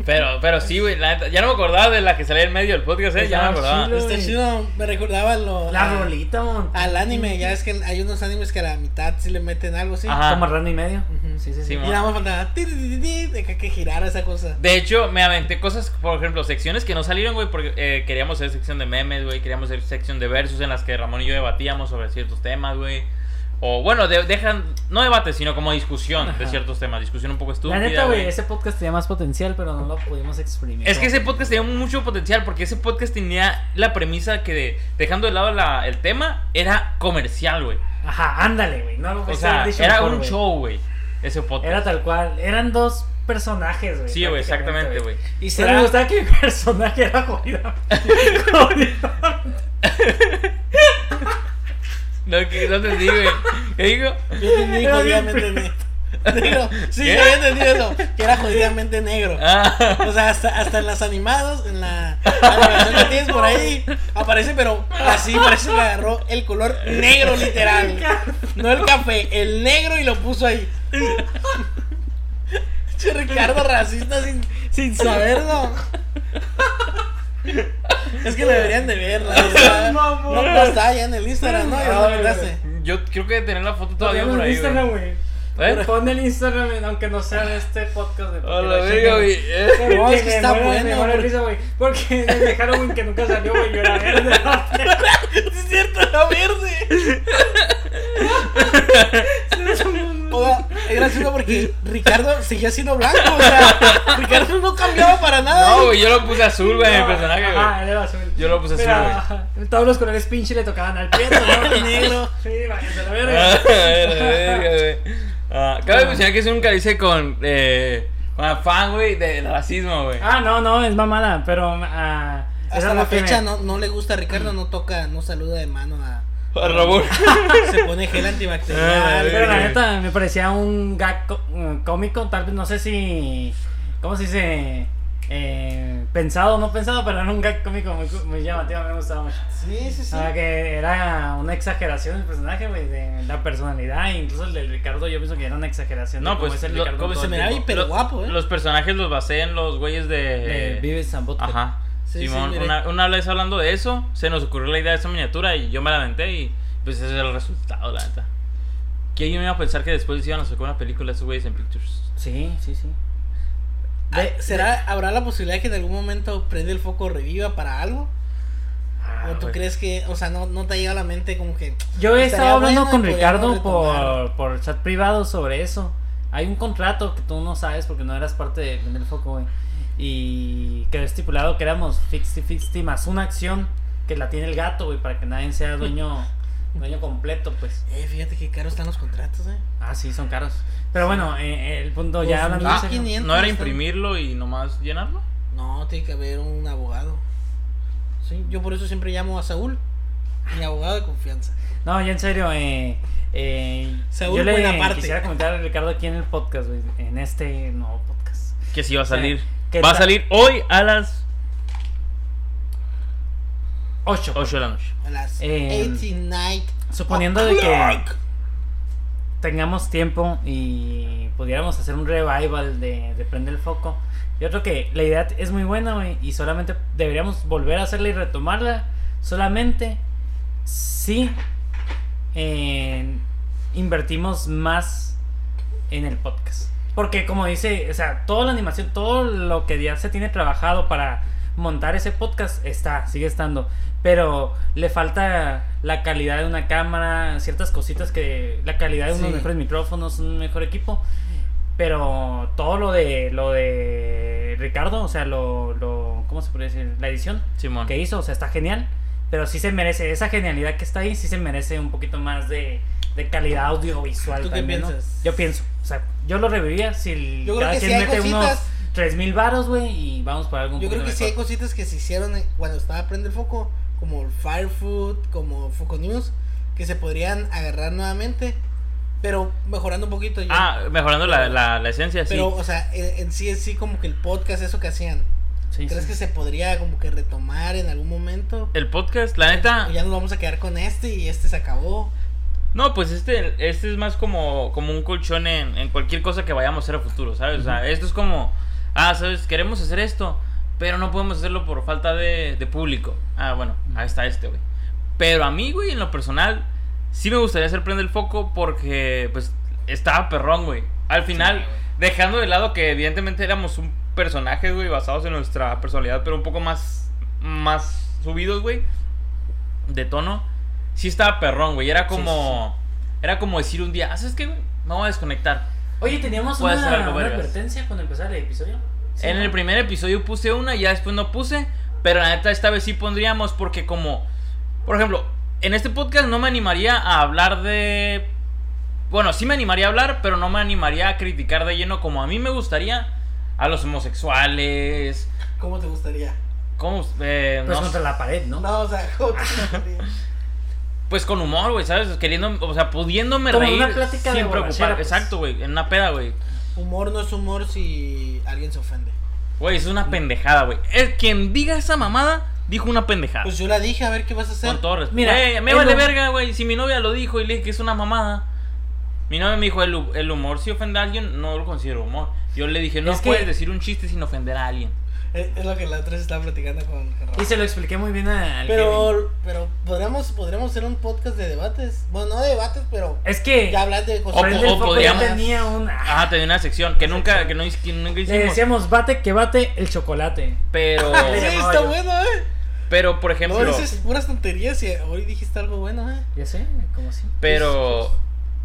S1: Pero, pero sí, güey, la neta, ya no me acordaba de la que salía en medio del podcast, ¿eh? Ya no me
S4: Estaba
S1: acordaba.
S4: chido.
S3: Está
S4: Uy.
S3: chido, me recordaba lo,
S4: La
S3: a-
S4: rolita, mon.
S3: al anime. Ya es que hay unos animes que a la mitad sí le meten algo, sí.
S1: Ajá.
S4: Como rana y medio.
S3: Ujú.
S4: Sí, sí,
S1: Ah. Sí,
S4: sí.
S1: mon.
S3: Y nada más faltaba ti, ti, ti, ti, de que, que girara esa cosa.
S1: De hecho, me aventé cosas, por ejemplo, secciones que no salieron, güey, porque eh, queríamos hacer sección de memes, güey, queríamos hacer sección de versos en las que Ramón y yo debatíamos sobre ciertos temas, güey. O bueno, de- dejan, no debate, sino como discusión de
S4: Ajá.
S1: ciertos temas, discusión un poco
S4: La
S1: estúpida.
S4: neta, güey,
S1: güey.
S4: ese podcast tenía más potencial, pero no lo pudimos exprimir.
S1: Es que ese podcast tenía mucho potencial porque ese podcast tenía la premisa que de- dejando de lado la- el tema era comercial, güey.
S4: Ajá, ándale, güey. No lo
S1: O
S4: pudiste
S1: sea,
S4: haber dicho
S1: era
S4: Pues mejor,
S1: un
S4: güey.
S1: show, güey. Ese podcast.
S4: Era tal cual. Eran dos personajes, güey.
S1: sí, güey,
S4: prácticamente,
S1: exactamente, güey.
S3: Y
S4: Pero me
S3: será,
S4: gustaba que mi personaje era jodida. Jodida.
S1: No, que- no entendí, güey. ¿Qué digo?
S3: yo entendí
S4: Era bien
S3: jodidamente negro. Negro, sí,
S1: ¿Qué?
S3: yo había entendido eso, que era jodidamente negro.
S1: Ah.
S3: O sea, hasta, hasta en las animadas, en la animación que tienes por ahí, aparece, pero así parece que agarró el color negro literal. No el café, el negro y lo puso ahí. Che, Ricardo racista sin, sin saberlo. Es que lo deberían de ver, la verdad.
S4: Mamón.
S3: No, Ah, no está ya en el Instagram, ¿no? Ya lo mandaste.
S1: Yo creo que tener la foto todavía
S4: Pon
S1: por
S4: el
S1: ahí, güey.
S4: Instagram, güey.
S1: ¿Eh?
S4: Pon el Instagram, güey, aunque no sea de este podcast de
S1: A
S4: porque
S1: la
S4: la
S1: verga,
S4: chinga,
S1: güey. Eh.
S4: Porque
S3: No, es que
S4: me
S3: está
S4: muero-
S3: bueno,
S4: Me muero de
S3: porque-
S4: risa, güey. Porque me dejaron, güey, que nunca salió, güey. Yo era verde.
S3: Es cierto, la verde. O sea, es gracioso porque Ricardo seguía siendo blanco. O sea, Ricardo no cambiaba para nada.
S1: No, güey, yo lo puse azul, güey, mi
S4: No, Ah,
S1: personaje, güey.
S4: ajá, era azul.
S1: Yo lo puse azul,
S4: Mira, Todos los colores pinche le tocaban al pie.
S3: Negro, negro.
S4: Sí, váyanse a la
S1: Ah,
S4: verga.
S1: la verga, güey. Ah, Cabe mencionar que es un carice con eh, con afán, güey, del racismo, güey.
S4: Ah, no, no, es mamada, pero. ah, esa
S3: Hasta
S4: es
S3: la
S4: que
S3: fecha
S4: me-
S3: no, no le gusta a Ricardo, no toca, no saluda de mano a.
S1: A Ramón.
S3: Se pone gel
S1: Ah,
S3: antibacterial.
S4: Pero la
S1: güey.
S4: neta me parecía un gag co- mm, cómico, tal vez no sé si. ¿Cómo se dice? Eh, pensado o no pensado, pero era un gag cómico muy, cu- muy llamativo, me gustaba mucho.
S3: Sí, sí, sí.
S4: Ah, que era una exageración el personaje, güey, de la personalidad, incluso el del Ricardo, yo pienso que era una exageración.
S1: No,
S4: de cómo
S1: pues,
S4: es el
S1: lo-
S4: Ricardo
S1: cómo
S4: todo
S1: se
S4: el
S3: miraba
S4: tiempo.
S3: y Pero
S1: Lo-
S3: guapo, ¿eh?
S1: Los personajes los basean los güeyes
S4: De
S1: de.
S4: Vives Zambotka.
S1: Eh, Ajá.
S3: Sí,
S1: Simón,
S3: sí, mire.
S1: una, una vez hablando de eso, se nos ocurrió la idea de esa miniatura y yo me la aventé y pues ese es el resultado, la neta. ¿Quién iba a pensar que después iban a sacar una película esos güeyes en Pictures?
S4: Sí, sí, sí.
S3: Ah, ¿Será, ¿Habrá la posibilidad de que en algún momento prende el foco reviva para algo?
S1: Ah,
S3: ¿O tú
S1: güey.
S3: crees que, o sea, no, no te ha llegado a la mente como que.
S4: Yo he
S3: Estaría
S4: estado hablando
S3: bueno
S4: con
S3: y podríamos
S4: Ricardo por,
S3: retomar.
S4: por chat privado sobre eso. Hay un contrato que tú no sabes porque no eras parte de Prender el Foco, güey. Y quedó estipulado que éramos 50-50 más una acción que la tiene el gato, güey, para que nadie sea dueño, dueño completo, pues.
S3: Eh, fíjate que caros están los contratos, ¿eh?
S4: Ah, sí, son caros. Pero bueno, eh, el punto ya hablando en
S1: Ah,
S4: serio.
S3: 1500
S1: ¿No era
S3: están-
S1: imprimirlo y nomás llenarlo?
S3: No, tiene que haber un abogado. Sí, yo por eso siempre llamo a Saúl, mi abogado de confianza.
S4: No, ya en serio, eh, eh,
S3: Saúl
S4: yo le
S3: Buenaparte.
S4: quisiera comentar a Ricardo aquí en el podcast, güey, en este nuevo podcast.
S1: Que sí va a salir.
S4: ¿Qué
S1: Va a
S4: tal?
S1: salir hoy a las
S4: Ocho.
S1: 8 de la noche.
S3: A las
S1: Em,
S4: Eh,
S3: 89.
S4: Suponiendo
S3: oh,
S4: de que
S3: o'clock.
S4: tengamos tiempo y pudiéramos hacer un revival de, de Prende el Foco, yo creo que la idea es muy buena güey, y solamente deberíamos volver a hacerla y retomarla solamente si eh, invertimos más en el podcast. Porque como dice, o sea, toda la animación, todo lo que ya se tiene trabajado para montar ese podcast está, sigue estando. Pero le falta la calidad de una cámara, ciertas cositas que... La calidad de unos
S3: Sí.
S4: mejores micrófonos, un mejor equipo. Pero todo lo de lo de Ricardo, o sea, lo, lo ¿cómo se puede decir? La edición
S1: Simón.
S4: que hizo, o sea, está genial. Pero sí se merece, esa genialidad que está ahí, sí se merece un poquito más de, de calidad audiovisual.
S3: ¿Tú qué
S4: también, ¿no?
S3: piensas?
S4: Yo pienso, o sea, yo lo revivía si el-
S3: Yo creo
S4: cada
S3: que sí
S4: quien
S3: hay
S4: mete unos
S3: cositas.
S4: 3000 varos, güey, y vamos para algo un
S3: Yo creo que
S4: poquito
S3: sí hay
S4: mejor.
S3: cositas que se hicieron eh, cuando estaba Prende el Foco, como el Firefood, como Foco News, que se podrían agarrar nuevamente, pero mejorando un poquito. yo-
S1: Ah, mejorando la, la, la esencia, sí.
S3: pero, o sea, en, en sí, en sí, como que el podcast, eso que hacían.
S1: Sí,
S3: ¿Crees
S1: sí.
S3: que se podría como que retomar en algún momento?
S1: El podcast, la neta.
S3: ¿O ya nos vamos a quedar con este y este se acabó?
S1: No, pues este, este es más como, como un colchón en, en cualquier cosa que vayamos a hacer a futuro, ¿sabes? O sea, esto es como, ah, ¿sabes? Queremos hacer esto, pero no podemos hacerlo por falta de, de público. Ah, bueno, ahí está este, güey. Pero a mí, güey, en lo personal, sí me gustaría hacer Prende el Foco porque, pues, estaba perrón, güey. Al final, dejando de lado que evidentemente éramos un personaje, güey, basados en nuestra personalidad, pero un poco más, más subidos, güey, de tono, sí estaba perrón, güey. Era como, era como decir un día, "Ah, ¿sabes qué, güey? Me voy a desconectar.
S4: Oye, teníamos
S1: Puede
S4: una,
S1: ser algo
S4: una
S1: vergas.
S4: advertencia cuando empezara el episodio. Sí,
S1: en
S4: ¿no?
S1: el primer episodio puse una, ya después no puse. Pero la neta, esta vez sí pondríamos, porque como. Por ejemplo, en este podcast no me animaría a hablar de. Bueno, sí me animaría a hablar, pero no me animaría a criticar de lleno como a mí me gustaría a los homosexuales.
S3: ¿Cómo te gustaría?
S1: ¿Cómo? Eh,
S4: Pues
S1: no
S4: contra
S1: sé,
S4: la pared, ¿no?
S3: No, o sea, ¿cómo te gustaría?
S1: pues con humor, güey, ¿sabes? Queriendo, o sea, pudiéndome
S4: Como
S1: reír
S4: una plática de
S1: sin preocupar.
S4: borrachera, pues.
S1: Exacto, güey, en una peda, güey.
S3: Humor no es humor si alguien se ofende.
S1: Güey, es una pendejada, güey. Es- Quien diga esa mamada, dijo una pendejada.
S3: Pues yo la dije, a ver qué vas a hacer.
S1: Con todo respeto.
S4: Mira,
S1: Güey, me
S4: el
S1: vale
S4: hum-
S1: verga, güey. Si mi novia lo dijo y le dije que es una mamada. Mi novia me dijo, el, hu- el humor, si ofende a alguien, no lo considero humor. Yo le dije, no
S4: Es que-
S1: puedes decir un chiste sin ofender a alguien.
S3: Eh, Es, es lo que la otra vez estaba platicando con con Rafa.
S4: Y se lo expliqué muy bien al Kevin.
S3: Pero, pero podríamos, podríamos hacer un podcast de debates. Bueno, no de debates, pero
S4: Es que
S3: ya hablar de cosas.
S1: Eh, O-
S4: Prende
S1: o
S4: el Foco ya
S1: podríamos-
S4: tenía una...
S1: Ajá, tenía una sección que nunca, que no, hic- que nunca
S4: Le
S1: hicimos.
S4: decíamos, bate que bate el chocolate.
S1: Pero,
S3: Sí, está bueno, eh.
S1: pero por ejemplo,
S3: No dices puras tonterías y hoy dijiste algo bueno, eh.
S4: Ya sé, como si.
S1: pero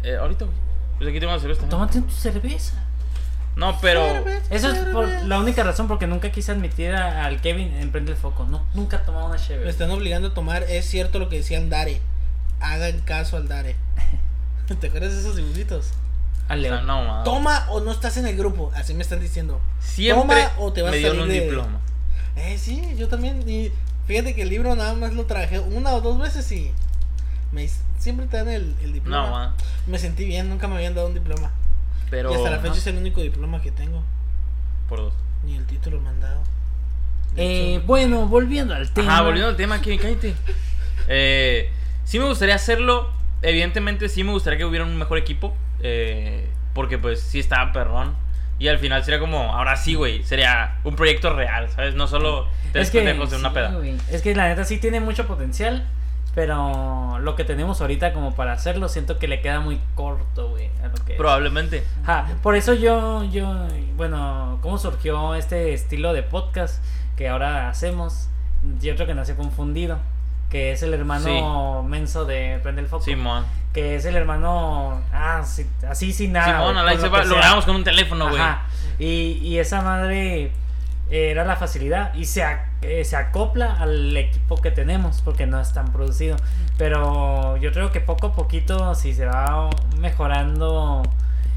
S1: eh, ahorita, güey. Pues aquí tengo una cerveza.
S4: Tómate tu cerveza.
S1: No, pero
S4: Eso es por la única razón porque nunca quise admitir a- al Kevin en Prende el Foco. No, nunca tomaba una
S3: Me
S4: chévere.
S3: están obligando a tomar, es cierto lo que decían Dare. Hagan caso al Dare. ¿Te acuerdas de esos dibujitos?
S4: Al
S1: o sea,
S4: León.
S1: no, mamada.
S3: Toma o no estás en el grupo, así me están diciendo.
S1: Siempre
S3: toma o te vas
S1: me
S3: a
S1: dieron un
S3: salir de-
S1: diploma.
S3: Eh, sí, yo también. Y fíjate que el libro nada más lo traje una o dos veces y me, hice- siempre te dan el, el diploma.
S1: No, mamada.
S3: Me sentí bien, nunca me habían dado un diploma.
S1: Pero
S3: y hasta la fecha
S1: ajá,
S3: es el único diploma que tengo.
S1: por dos.
S3: Ni el título me han dado. De
S4: Eh,
S3: hecho,
S4: bueno, volviendo al tema.
S1: Ajá, volviendo al tema, Kevin, cállate. Eh, sí me gustaría hacerlo. Evidentemente, sí me gustaría que hubiera un mejor equipo. eh, porque, pues, sí estaba perrón. Y al final sería como, ahora sí, güey. Sería un proyecto real, ¿sabes? No solo tres
S4: Es que,
S1: pendejos en una
S4: sí,
S1: peda.
S4: güey. es que la neta sí tiene mucho potencial, pero lo que tenemos ahorita como para hacerlo siento que le queda muy corto, güey, a lo que es.
S1: Probablemente.
S4: Ajá, por eso yo, yo, bueno, cómo surgió este estilo de podcast que ahora hacemos, yo creo que nació confundido, que es el hermano menso de Prende el Foco,
S1: Simón.
S4: que es el hermano, ah, sí, así sin nada.
S1: Simón,
S4: güey,
S1: a la
S4: con
S1: se
S4: lo
S1: va-
S4: que
S1: lo
S4: sea.
S1: grabamos con un teléfono, güey.
S4: Ajá. Y, y esa madre eh, era la facilidad y se, ac- eh, se acopla al equipo que tenemos porque no es tan producido. Pero yo creo que poco a poquito, si se va mejorando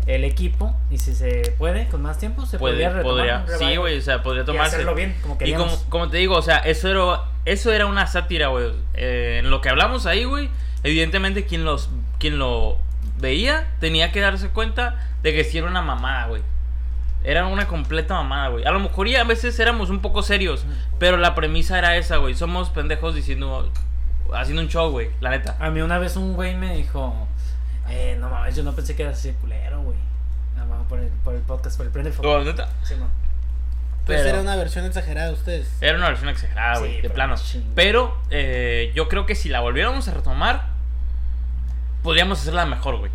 S4: el equipo y si se puede con más tiempo, se podría
S1: Puede,
S4: retomar.
S1: podría.
S4: un revival
S1: Sí, güey, o sea, podría
S4: Y
S1: tomarse.
S4: hacerlo bien, como
S1: Y
S4: queríamos.
S1: como, como te digo, o sea, eso era, eso era una sátira, güey. Eh, en lo que hablamos ahí, güey, evidentemente quien, los, quien lo veía tenía que darse cuenta de que sí era una mamada, güey. Era una completa mamada, güey. A lo mejor y a veces éramos un poco serios, pero la premisa era esa, güey. Somos pendejos diciendo, haciendo un show, güey, la neta.
S4: A mí una vez un güey me dijo, eh, no mames, yo no pensé que era así de culero, güey. Nada más por el, por el podcast, por el prende el foco.
S1: La neta,
S4: Sí, no.
S3: Pues
S1: pero- Eh.
S3: era una versión exagerada de ustedes.
S1: Era una versión exagerada,
S4: Sí,
S1: güey, de
S4: pero
S1: plano.
S4: chingada.
S1: Pero eh, yo creo que si la volviéramos a retomar, podríamos hacerla mejor, güey.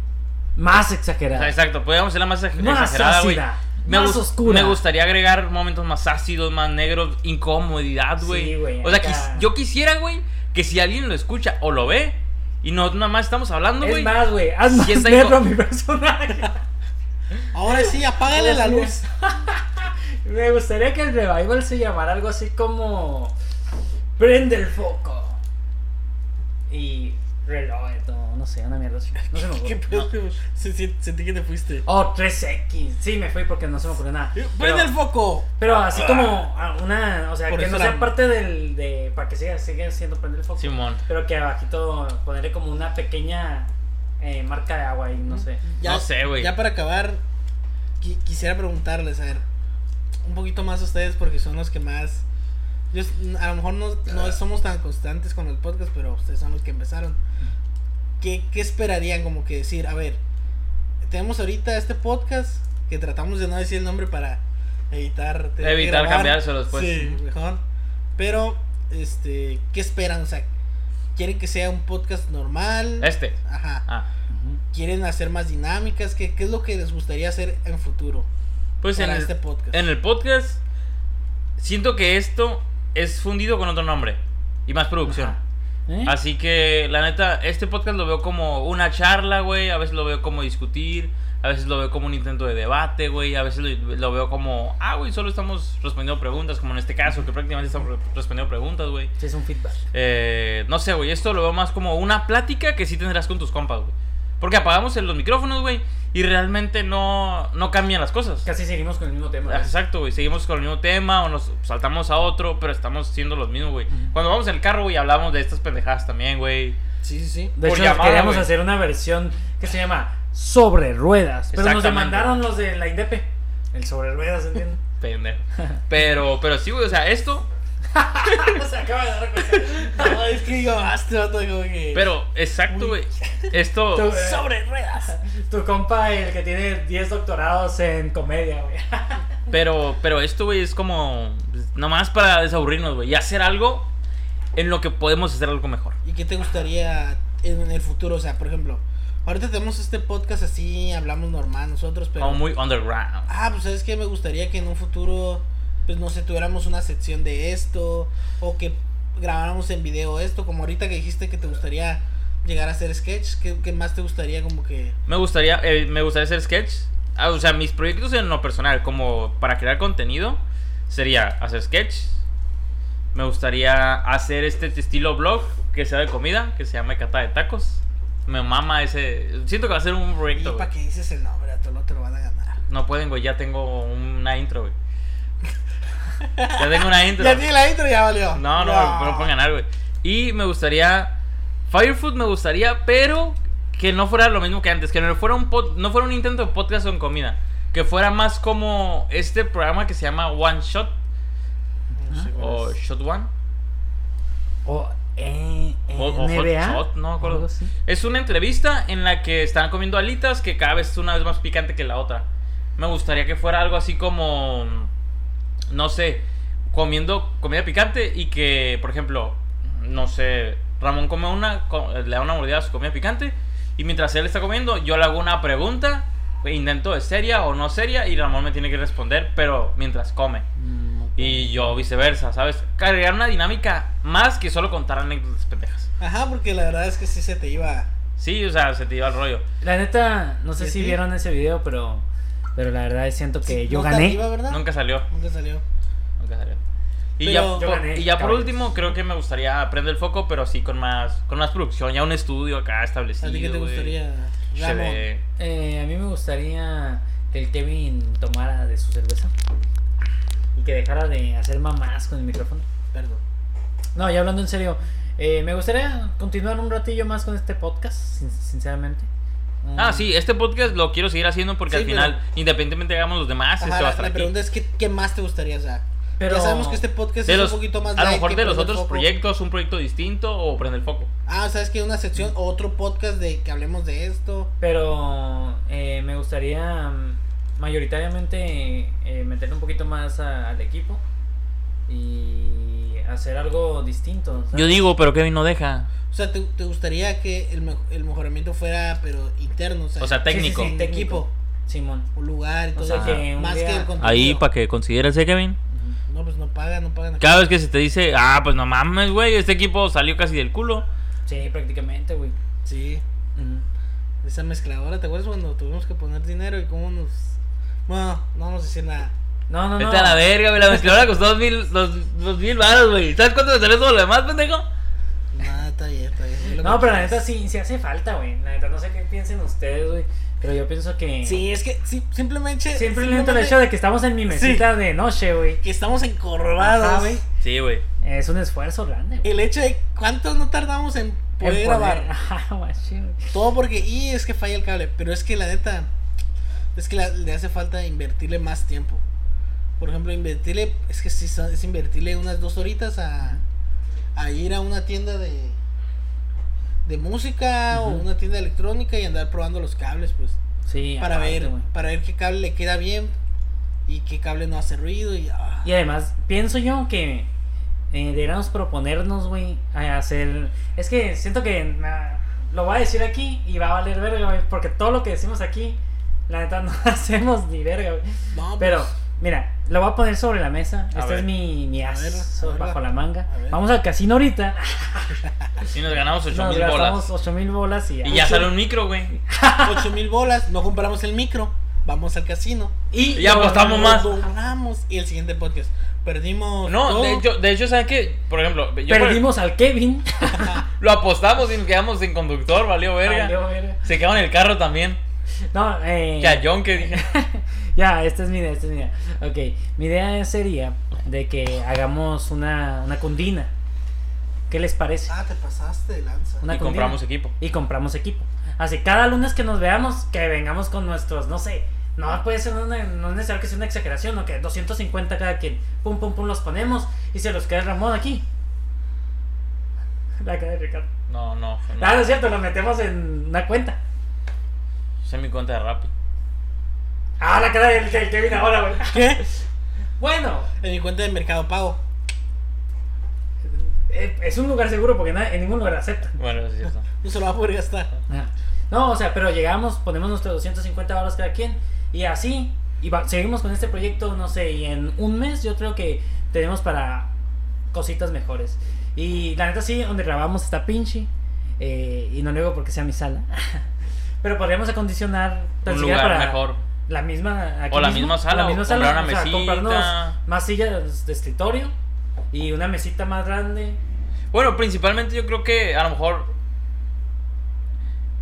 S4: Más
S1: O
S4: exagerado.
S1: sea, exacto, podríamos hacerla más ex-
S4: Más
S1: exagerada, güey.
S4: ácida,
S1: Me,
S4: más
S1: gus-
S4: oscura.
S1: me gustaría agregar momentos más ácidos, más negros, incomodidad,
S4: Sí,
S1: güey.
S4: güey,
S1: o sea,
S4: acá.
S1: quis- yo quisiera, güey, que si alguien lo escucha o lo ve y no nada más estamos hablando,
S4: es
S1: güey.
S4: más, güey, haz
S1: Sí
S4: más
S1: está
S4: negro
S1: inco-
S4: a mi personaje.
S3: Ahora sí, apágale la luz.
S4: Me gustaría que el revival se llamara algo así como Prende el foco. Y reloj, no, no sé, una mierda así. No se me
S3: ¿Qué
S4: ocurre.
S3: pedo? Se- se- Sentí que te fuiste.
S4: Oh, 3X. Sí, me fui porque no se me ocurrió nada. Pero-
S3: Prende el foco.
S4: Pero así como a una, o sea,
S3: Por
S4: que
S3: eso
S4: no
S3: la-
S4: sea parte del, de, para que siga, siga siendo prender el foco.
S1: Simón.
S4: Pero que abajito ponerle como una pequeña eh, marca de agua y no sé.
S1: No sé, güey.
S3: Ya para acabar, qui- quisiera preguntarles, a ver, un poquito más a ustedes porque son los que más. yo s- a lo mejor no,
S1: Ah.
S3: no somos tan constantes con el podcast, pero ustedes son los que empezaron. ¿Qué, qué esperarían como que decir? A ver, tenemos ahorita este podcast que tratamos de no decir el nombre para evitar... tener que
S1: Evitar
S3: grabar.
S1: cambiárselos, pues.
S3: Sí, mejor. Pero, este, ¿qué esperan? O sea, ¿quieren que sea un podcast normal?
S1: Este.
S3: Ajá
S1: Ah.
S3: quieren hacer más dinámicas, ¿qué, qué es lo que les gustaría hacer en futuro
S1: Pues en
S3: para
S1: el,
S3: este podcast?
S1: en el podcast siento que esto es fundido con otro nombre y más producción.
S4: Ajá. ¿Eh?
S1: Así que, la neta, este podcast lo veo como una charla, güey. A veces lo veo como discutir. A veces lo veo como un intento de debate, güey. A veces lo, lo veo como, ah, güey, solo estamos respondiendo preguntas, como en este caso, que prácticamente estamos re- respondiendo preguntas, güey.
S4: Sí, es un feedback.
S1: Eh, no sé, güey, esto lo veo más como una plática que sí tendrás con tus compas, güey. Porque apagamos el- los micrófonos, güey, y realmente no, no cambian las cosas.
S4: Casi seguimos con el mismo tema. ¿ves?
S1: Exacto, güey. Seguimos con el mismo tema o nos saltamos a otro, pero estamos siendo los mismos, güey.
S4: Ujú.
S1: Cuando vamos en el carro, güey, hablamos de estas pendejadas también, güey.
S3: Sí, sí, sí.
S4: De
S1: Por
S4: hecho,
S1: llamada,
S4: queríamos
S1: güey.
S4: hacer una versión que se llama Sobre Ruedas. Pero nos
S1: Exactamente.
S4: demandaron los de la INDEP. El Sobre Ruedas, ¿entiendes?
S1: Pendejo. Pero, pero sí, güey, o sea, esto.
S4: se acaba de dar cuenta.
S3: No, es que yo, ah, este vato como que-
S1: Pero, exacto, güey. Esto.
S4: Tú-
S3: sobre ruedas.
S4: eh, Tu compa, el que tiene 10 doctorados en comedia, güey.
S1: Pero, pero esto, güey, es como. pues, Nomás para desaburrirnos, güey. Y hacer algo en lo que podemos hacer algo mejor.
S3: ¿Y qué te gustaría en, en el futuro? O sea, por ejemplo, ahorita tenemos este podcast así, hablamos normal nosotros, pero...
S1: Como muy underground.
S3: Ah, pues sabes que me gustaría que en un futuro, pues no sé, tuviéramos una sección de esto, o que grabáramos en video esto, como ahorita que dijiste que te gustaría llegar a hacer sketch, ¿qué, qué más te gustaría como que...
S1: Me gustaría, eh, me gustaría hacer sketch. Ah, o sea, mis proyectos en lo personal, como para crear contenido, sería hacer sketch. Me gustaría hacer este estilo blog que sea de comida, que se llama Cata de Tacos. Me mama ese. Siento que va a ser un
S3: Y
S1: proyecto.
S3: para
S1: güey.
S3: que dices el nombre, a todo lo te lo van a ganar.
S1: No pueden, güey. Ya tengo una intro, güey. ya tengo una intro.
S3: Ya tiene la intro, ya valió.
S1: No, no, no, no pongan nada, güey. Y me gustaría. Firefood me gustaría, pero que no fuera lo mismo que antes. Que no fuera un, pod- no fuera un intento de podcast con comida. Que fuera más como este programa que se llama One Shot
S3: No sé cuál
S1: o
S3: es.
S1: Shot One.
S4: O eh,
S1: O- o
S4: NBA.
S1: hot shot, no me acuerdo.
S4: Algo así.
S1: Es una entrevista en la que están comiendo alitas que cada vez es una vez más picante que la otra. Me gustaría que fuera algo así como, no sé, comiendo comida picante y que, por ejemplo, no sé, Ramón come una, co- le da una mordida a su comida picante y mientras él está comiendo yo le hago una pregunta, intento de seria o no seria y Ramón me tiene que responder, pero mientras come.
S4: Mm, ok.
S1: Y yo viceversa, ¿sabes? Cargar una dinámica más que solo contar anécdotas pendejas.
S3: Ajá, porque la verdad es que sí se te iba.
S1: Sí, o sea, se te iba el rollo.
S4: La neta, no sé
S3: ¿Y a
S4: si
S3: ti?
S4: vieron ese video, pero, pero la verdad es siento que
S3: sí,
S4: yo
S3: nunca
S4: gané.
S3: Iba, ¿verdad?
S1: Nunca salió.
S3: Nunca salió.
S1: Nunca salió. Y
S3: Pero-
S1: ya,
S3: Yo
S1: por,
S4: gané,
S1: y ya por
S4: cabrones.
S1: último, creo que me gustaría prender el foco, pero sí con más con más producción, ya un estudio acá
S3: ¿A
S1: establecido.
S3: ti qué te
S1: güey.
S3: gustaría?
S1: Se
S3: Ramón.
S1: ve-
S4: Eh, a mí me gustaría que el Kevin tomara de su cerveza y que dejara de hacer mamás con el micrófono.
S3: Perdón.
S4: No, ya hablando en serio, eh, me gustaría continuar un ratillo más con este podcast, sin- sinceramente. Mm,
S1: Ah, sí, este podcast lo quiero seguir haciendo porque
S3: Sí,
S1: al final, independientemente hagamos los demás,
S3: Ajá,
S1: este va a
S3: la,
S1: estar
S3: la
S1: aquí.
S3: pregunta es: ¿qué, ¿qué más te gustaría? O sea,
S4: Pero
S3: ya sabemos que este podcast
S1: De
S3: es
S1: los-
S3: un poquito más
S1: a lo
S3: light
S1: mejor
S3: que
S1: de los
S3: prende
S1: otros
S3: foco.
S1: proyectos, un proyecto distinto o prende el foco.
S3: Ah, o sea, es que una sección
S1: Mm.
S3: o otro podcast de que hablemos de esto.
S4: Pero eh, me gustaría mm, mayoritariamente eh, meterle un poquito más a- al equipo y hacer algo distinto. ¿sabes?
S1: Yo digo, pero Kevin no deja.
S3: O sea, ¿te, te gustaría que el, mej- el mejoramiento fuera, pero interno? O sea,
S1: O sea, técnico.
S4: Sí, sí, sí,
S3: de equipo,
S4: Simón.
S3: un lugar y
S4: O
S3: todo
S4: sea,
S3: eso,
S4: que un
S3: Más
S4: día-
S3: que el contenido.
S1: Ahí para que consideres, ¿eh, Kevin?
S3: No, pues no pagan, no pagan.
S1: Cada vez que se te dice, ah, pues no mames, güey, este equipo salió casi del culo.
S4: Sí, prácticamente, güey.
S3: Sí,
S4: Ujú.
S3: esa mezcladora, ¿te acuerdas cuando tuvimos que poner dinero y cómo nos. Bueno, no vamos a decir nada.
S4: No, no, no.
S1: Vete a la verga, güey. La mezcladora costó dos mil, dos, dos mil baros, güey. ¿Sabes cuánto me salió todo lo demás, pendejo?
S3: Nada, está bien, está bien. Yo lo
S4: No, pero la
S3: creo
S4: neta
S3: que es-
S4: sí, sí hace falta, güey. La neta no sé qué piensen ustedes, güey. Pero yo pienso que.
S3: Sí, es que sí, simplemente.
S4: Simplemente el hecho de que estamos en mi mesita de noche, güey.
S3: que estamos encorvados.
S4: Ajá, güey.
S1: Sí, güey.
S4: Es un esfuerzo grande, güey.
S3: El hecho de cuántos no tardamos en poder
S4: En
S3: grabar.
S4: Ajá, güey, sí, güey.
S3: Todo porque, y es que falla el cable, pero es que la neta, es que la- le hace falta invertirle más tiempo. Por ejemplo, invertirle, es que si son- es invertirle unas dos horitas a, a ir a una tienda de, de música o
S4: Ujú.
S3: una tienda de electrónica y andar probando los cables, pues,
S4: Sí,
S3: para
S4: aparte,
S3: ver,
S4: güey.
S3: para ver qué cable le queda bien y qué cable no hace ruido y, ah.
S4: Y además, pienso yo que eh, deberíamos proponernos, güey, a hacer. Es que siento que na- lo voy a decir aquí y va a valer verga, güey. Porque todo lo que decimos aquí, la neta, no hacemos ni verga, güey.
S3: No,
S4: Pero,
S3: pues,
S4: mira, lo voy a poner sobre la mesa.
S1: A
S4: este
S1: ver.
S4: es mi, mi as
S3: ver, a ver,
S4: bajo
S3: va.
S4: la manga.
S3: A ver.
S4: Vamos al casino ahorita.
S1: Si nos ganamos 8
S4: Pues Nos
S1: mil bolas.
S4: gastamos 8 mil bolas y ya.
S1: Y ya sale un micro, güey.
S3: 8 mil bolas, no compramos el micro, vamos al casino.
S4: Y
S1: Ya apostamos
S4: no,
S1: más.
S3: Lo logramos y el siguiente podcast. Perdimos.
S1: No,
S3: todo.
S1: de hecho, de hecho, ¿sabes qué? Por ejemplo, yo por-
S4: Pues Perdimos al Kevin.
S1: lo apostamos y nos quedamos sin conductor, valió verga.
S4: Valió verga.
S1: Se quedaron en el carro también.
S4: No, eh.
S1: Que a John que dije.
S4: Ya, esta es mi idea, esta es mi idea. Ok, mi idea sería de que hagamos una, una condina. ¿Qué les parece?
S3: Ah, te pasaste de lanza.
S4: Una
S1: y
S4: condina.
S1: compramos equipo.
S4: Y compramos equipo. Así, cada lunes que nos veamos, que vengamos con nuestros, no sé, no puede ser, una- no es necesario que sea una exageración, o que 250 cada quien, pum, pum, pum, los ponemos y se los queda Ramón aquí. La cara de Ricardo.
S1: No, no. no.
S4: Ah, no es cierto, lo metemos en una cuenta.
S1: Esa es mi cuenta de Rappi.
S4: Ah, la cara del del Kevin ahora, güey.
S3: ¿Qué?
S4: Bueno,
S3: En mi cuenta de Mercado Pago.
S4: eh, es un lugar seguro porque na- en ningún lugar aceptan.
S1: Bueno, eso es cierto.
S3: No se lo va a poder gastar.
S4: Ajá. No, o sea, pero llegamos, ponemos nuestros 250 dólares cada quien y así, y va- seguimos con este proyecto, no sé, y en un mes yo creo que tenemos para cositas mejores. Y la neta sí, donde grabamos está pinche, eh, y no lo digo porque sea mi sala, pero podríamos acondicionar tan
S1: Un
S4: siquiera
S1: lugar mejor.
S4: La misma, aquí
S1: O la misma sala, o comprar una
S4: comprarnos
S1: mesita.
S4: más sillas de escritorio y una mesita más grande.
S1: Bueno, principalmente yo creo que a lo mejor.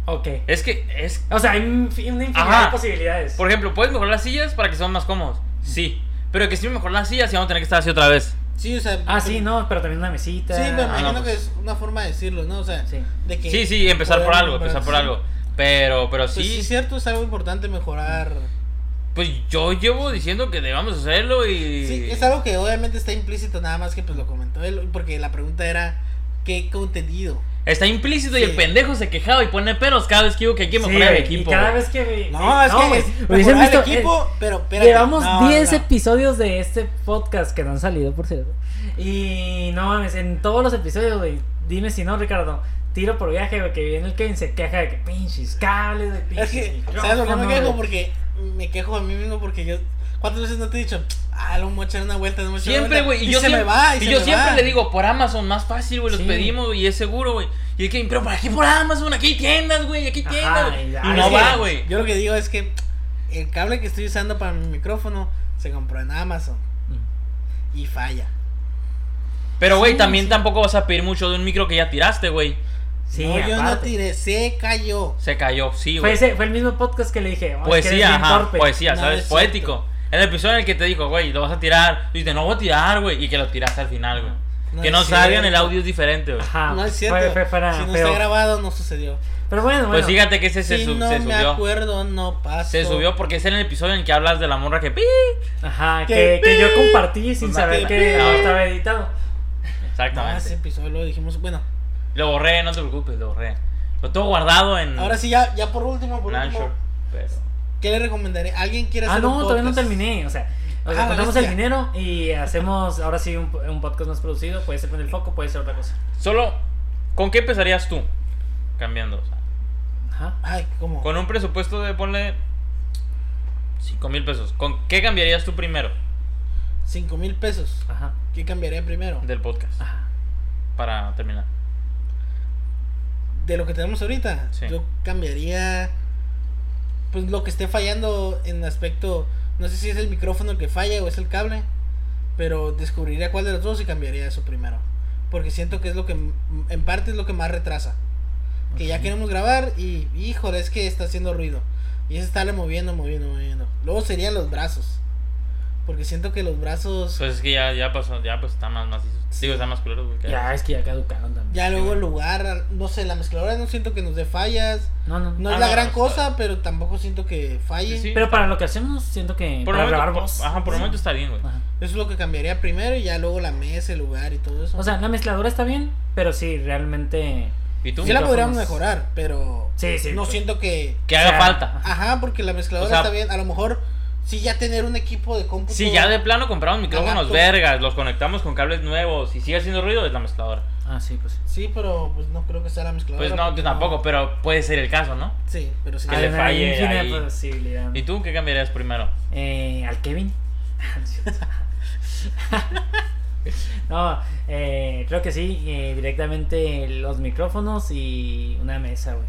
S4: Ok.
S1: Es que es
S4: O sea, hay infin- una infinidad
S1: Ajá.
S4: de posibilidades.
S1: Por ejemplo, ¿puedes mejorar las sillas para que sean más cómodos? Sí. Pero que si no mejorar las sillas, y vamos a tener que estar así otra vez.
S3: Sí, o sea.
S4: Ah, sí, no, pero también una
S3: Sí,
S4: mesita.
S3: pero me
S1: Ah,
S3: imagino
S1: no,
S3: que
S1: pues.
S3: es una forma de decirlo, ¿no? O sea,
S4: Sí.
S3: de que.
S1: Sí, sí, empezar por
S3: poder
S1: algo, empezar por
S3: sí.
S1: algo. Pero, pero
S3: Pues sí,
S1: sí,
S3: es cierto, es algo importante mejorar.
S1: pues yo llevo diciendo que debamos hacerlo y...
S3: Sí, es algo que obviamente está implícito, nada más que pues lo comentó él, porque la pregunta era: ¿qué contenido?
S1: Está implícito y
S3: Sí.
S1: el pendejo se quejaba y pone peros cada vez que digo que hay que
S4: Sí,
S1: mejorar el
S4: güey,
S1: equipo.
S4: Y cada
S1: güey.
S4: vez que.
S3: No, es que
S4: güey,
S3: es
S4: eh, pues, hubiesen
S3: mejorar el
S4: visto-
S3: equipo,
S4: eh,
S3: pero espérate,
S4: Llevamos
S3: no,
S4: 10
S3: no.
S4: episodios de este podcast que no han salido, por cierto. Y no mames, en todos los episodios, güey. Dime si no, Ricardo. Tiro por viaje, güey, que viene el Kevin se queja de que pinches cables, de pinches.
S3: Es que,
S4: micrófonos,
S3: ¿sabes lo que me quejo?
S4: güey.
S3: Porque me quejo a mí mismo porque yo. ¿Cuántas veces no te he dicho? Ah, lo vamos a echar una vuelta, lo vamos a echar
S1: Siempre,
S3: una vuelta",
S1: güey. Y, yo
S3: se
S1: siempre,
S3: me va, y,
S1: y
S3: se
S1: yo
S3: me
S1: siempre
S3: va.
S1: le digo, por Amazon, más fácil, güey, los
S4: Sí.
S1: pedimos güey, y es seguro, güey. Y el que, pero ¿para qué por Amazon? Aquí hay tiendas, güey, aquí hay
S4: Ajá,
S1: tiendas. güey".
S4: y
S1: Y,
S4: ya,
S1: no
S4: sí.
S1: va, güey.
S3: Yo lo que digo es que el cable que estoy usando para mi micrófono se compró en Amazon
S1: Mm.
S3: y falla.
S1: Pero, güey,
S4: Sí,
S1: también
S4: sí.
S1: tampoco vas a pedir mucho de un micro que ya tiraste, güey.
S4: Sí,
S3: no, yo no
S4: aparte.
S3: tiré, se cayó.
S1: Se cayó, sí,
S4: Fue,
S1: güey.
S4: ese- fue el mismo podcast que le dije. "Oh, es que eres
S1: Poesía,
S4: bien
S1: ajá,
S4: torpe".
S1: poesía,
S3: No,
S1: ¿sabes?
S3: es
S1: Poético. El episodio en el que te dijo, güey, lo vas a tirar. Y dices, no voy a tirar, güey. Y que lo tiraste al final, güey.
S3: No
S1: que
S3: es
S1: no salgan,
S3: cierto.
S1: el audio es diferente, güey.
S4: Ajá.
S3: no es cierto.
S4: Fue, fue para-
S3: si no
S4: pero-
S3: está grabado, no sucedió.
S4: pero bueno, bueno.
S1: Pues fíjate que ese se,
S3: si
S1: sub-
S3: no
S1: se
S3: me
S1: subió.
S3: acuerdo, no Ah, pasa.
S1: Se subió porque es en el episodio en el que hablas de la morra que pi.
S4: Ajá, que,
S3: Que-
S4: que yo compartí sin
S1: Pues,
S4: saber
S1: que-
S4: que
S1: no.
S4: estaba editado.
S3: Ah,
S1: Exactamente.
S3: ese episodio lo dijimos. Bueno,
S1: Lo borré, no te preocupes, lo borré. Lo tengo guardado en.
S3: ahora sí, ya, ya por último, por
S1: en
S3: último,
S1: Anchor, pero-
S3: ¿qué le recomendaré? ¿Alguien quiere
S4: Ah,
S3: hacer un
S4: no, todavía no
S3: podcast?
S4: terminé. O sea, o sea,
S3: Ah, la
S4: juntamos el
S3: bestia.
S4: dinero y hacemos ahora sí un, un podcast más producido. Puede ser con el foco, puede ser otra cosa.
S1: Solo, ¿con qué empezarías tú? Cambiando, o sea.
S4: Ajá.
S3: Ay, ¿cómo?
S1: Con un presupuesto de ponle. 5 mil pesos. ¿Con qué cambiarías tú primero
S3: Cinco mil pesos.
S4: Ajá.
S3: ¿Qué cambiaría primero?
S1: del podcast?
S4: Ajá.
S1: Para terminar.
S3: de lo que tenemos ahorita.
S1: Sí.
S3: Yo cambiaría pues lo que esté fallando en aspecto, no sé si es el micrófono el que falla o es el cable, pero descubriría cuál de los dos y cambiaría eso primero. Porque siento que es lo que, m- en parte es lo que más retrasa. Que ya queremos grabar y, híjole, es que está haciendo ruido. Y es estarle moviendo, moviendo, moviendo. Luego serían los brazos. Porque siento que los brazos...
S1: Pues es que ya, ya pasó, ya pues está más macizo. Digo, está más culero, güey. que-
S4: Ya, es que ya caducaron también.
S3: Ya luego
S1: güey.
S3: el lugar, no sé, la mezcladora no siento que nos dé fallas.
S4: No, no.
S3: No
S1: Ah,
S3: es la
S1: no,
S3: gran
S1: no,
S3: cosa, pero tampoco siento que falle.
S1: Sí, sí.
S4: Pero para lo que hacemos, siento que.
S1: Por el
S4: para
S1: momento-
S4: grabar voz.
S1: Ajá, por el momento está bien, güey.
S4: Ajá.
S3: Eso es lo que cambiaría primero y ya luego la mesa, el lugar y todo eso.
S4: O sea, la mezcladora está bien, pero sí, realmente.
S1: ¿Y tú?
S3: sí la
S4: micrófonos.
S3: podríamos mejorar, pero
S4: Sí, sí,
S3: no
S4: pues.
S3: siento que...
S1: Que
S4: O
S1: haga
S4: sea,
S1: falta.
S3: Ajá, porque la mezcladora
S1: O sea-
S3: está bien. A lo mejor, sí ya tener un equipo de cómputo...
S1: Si ya de plano compramos micrófonos
S3: laptop.
S1: vergas, los conectamos con cables nuevos y sigue haciendo ruido, es la mezcladora.
S4: Ah, sí, pues.
S3: Sí, pero pues no creo que sea la mezcladora.
S1: Pues no,
S3: porque
S1: yo tampoco, Ah, pero puede ser el caso, ¿no?
S3: Sí, pero sí.
S1: Que
S4: Hay
S1: le
S4: una
S1: falle
S4: ínfima
S1: ahí.
S4: posibilidad.
S1: ¿Y tú qué cambiarías primero?
S4: Eh, al Kevin. no, eh, creo que sí. eh, directamente los micrófonos y una mesa, güey.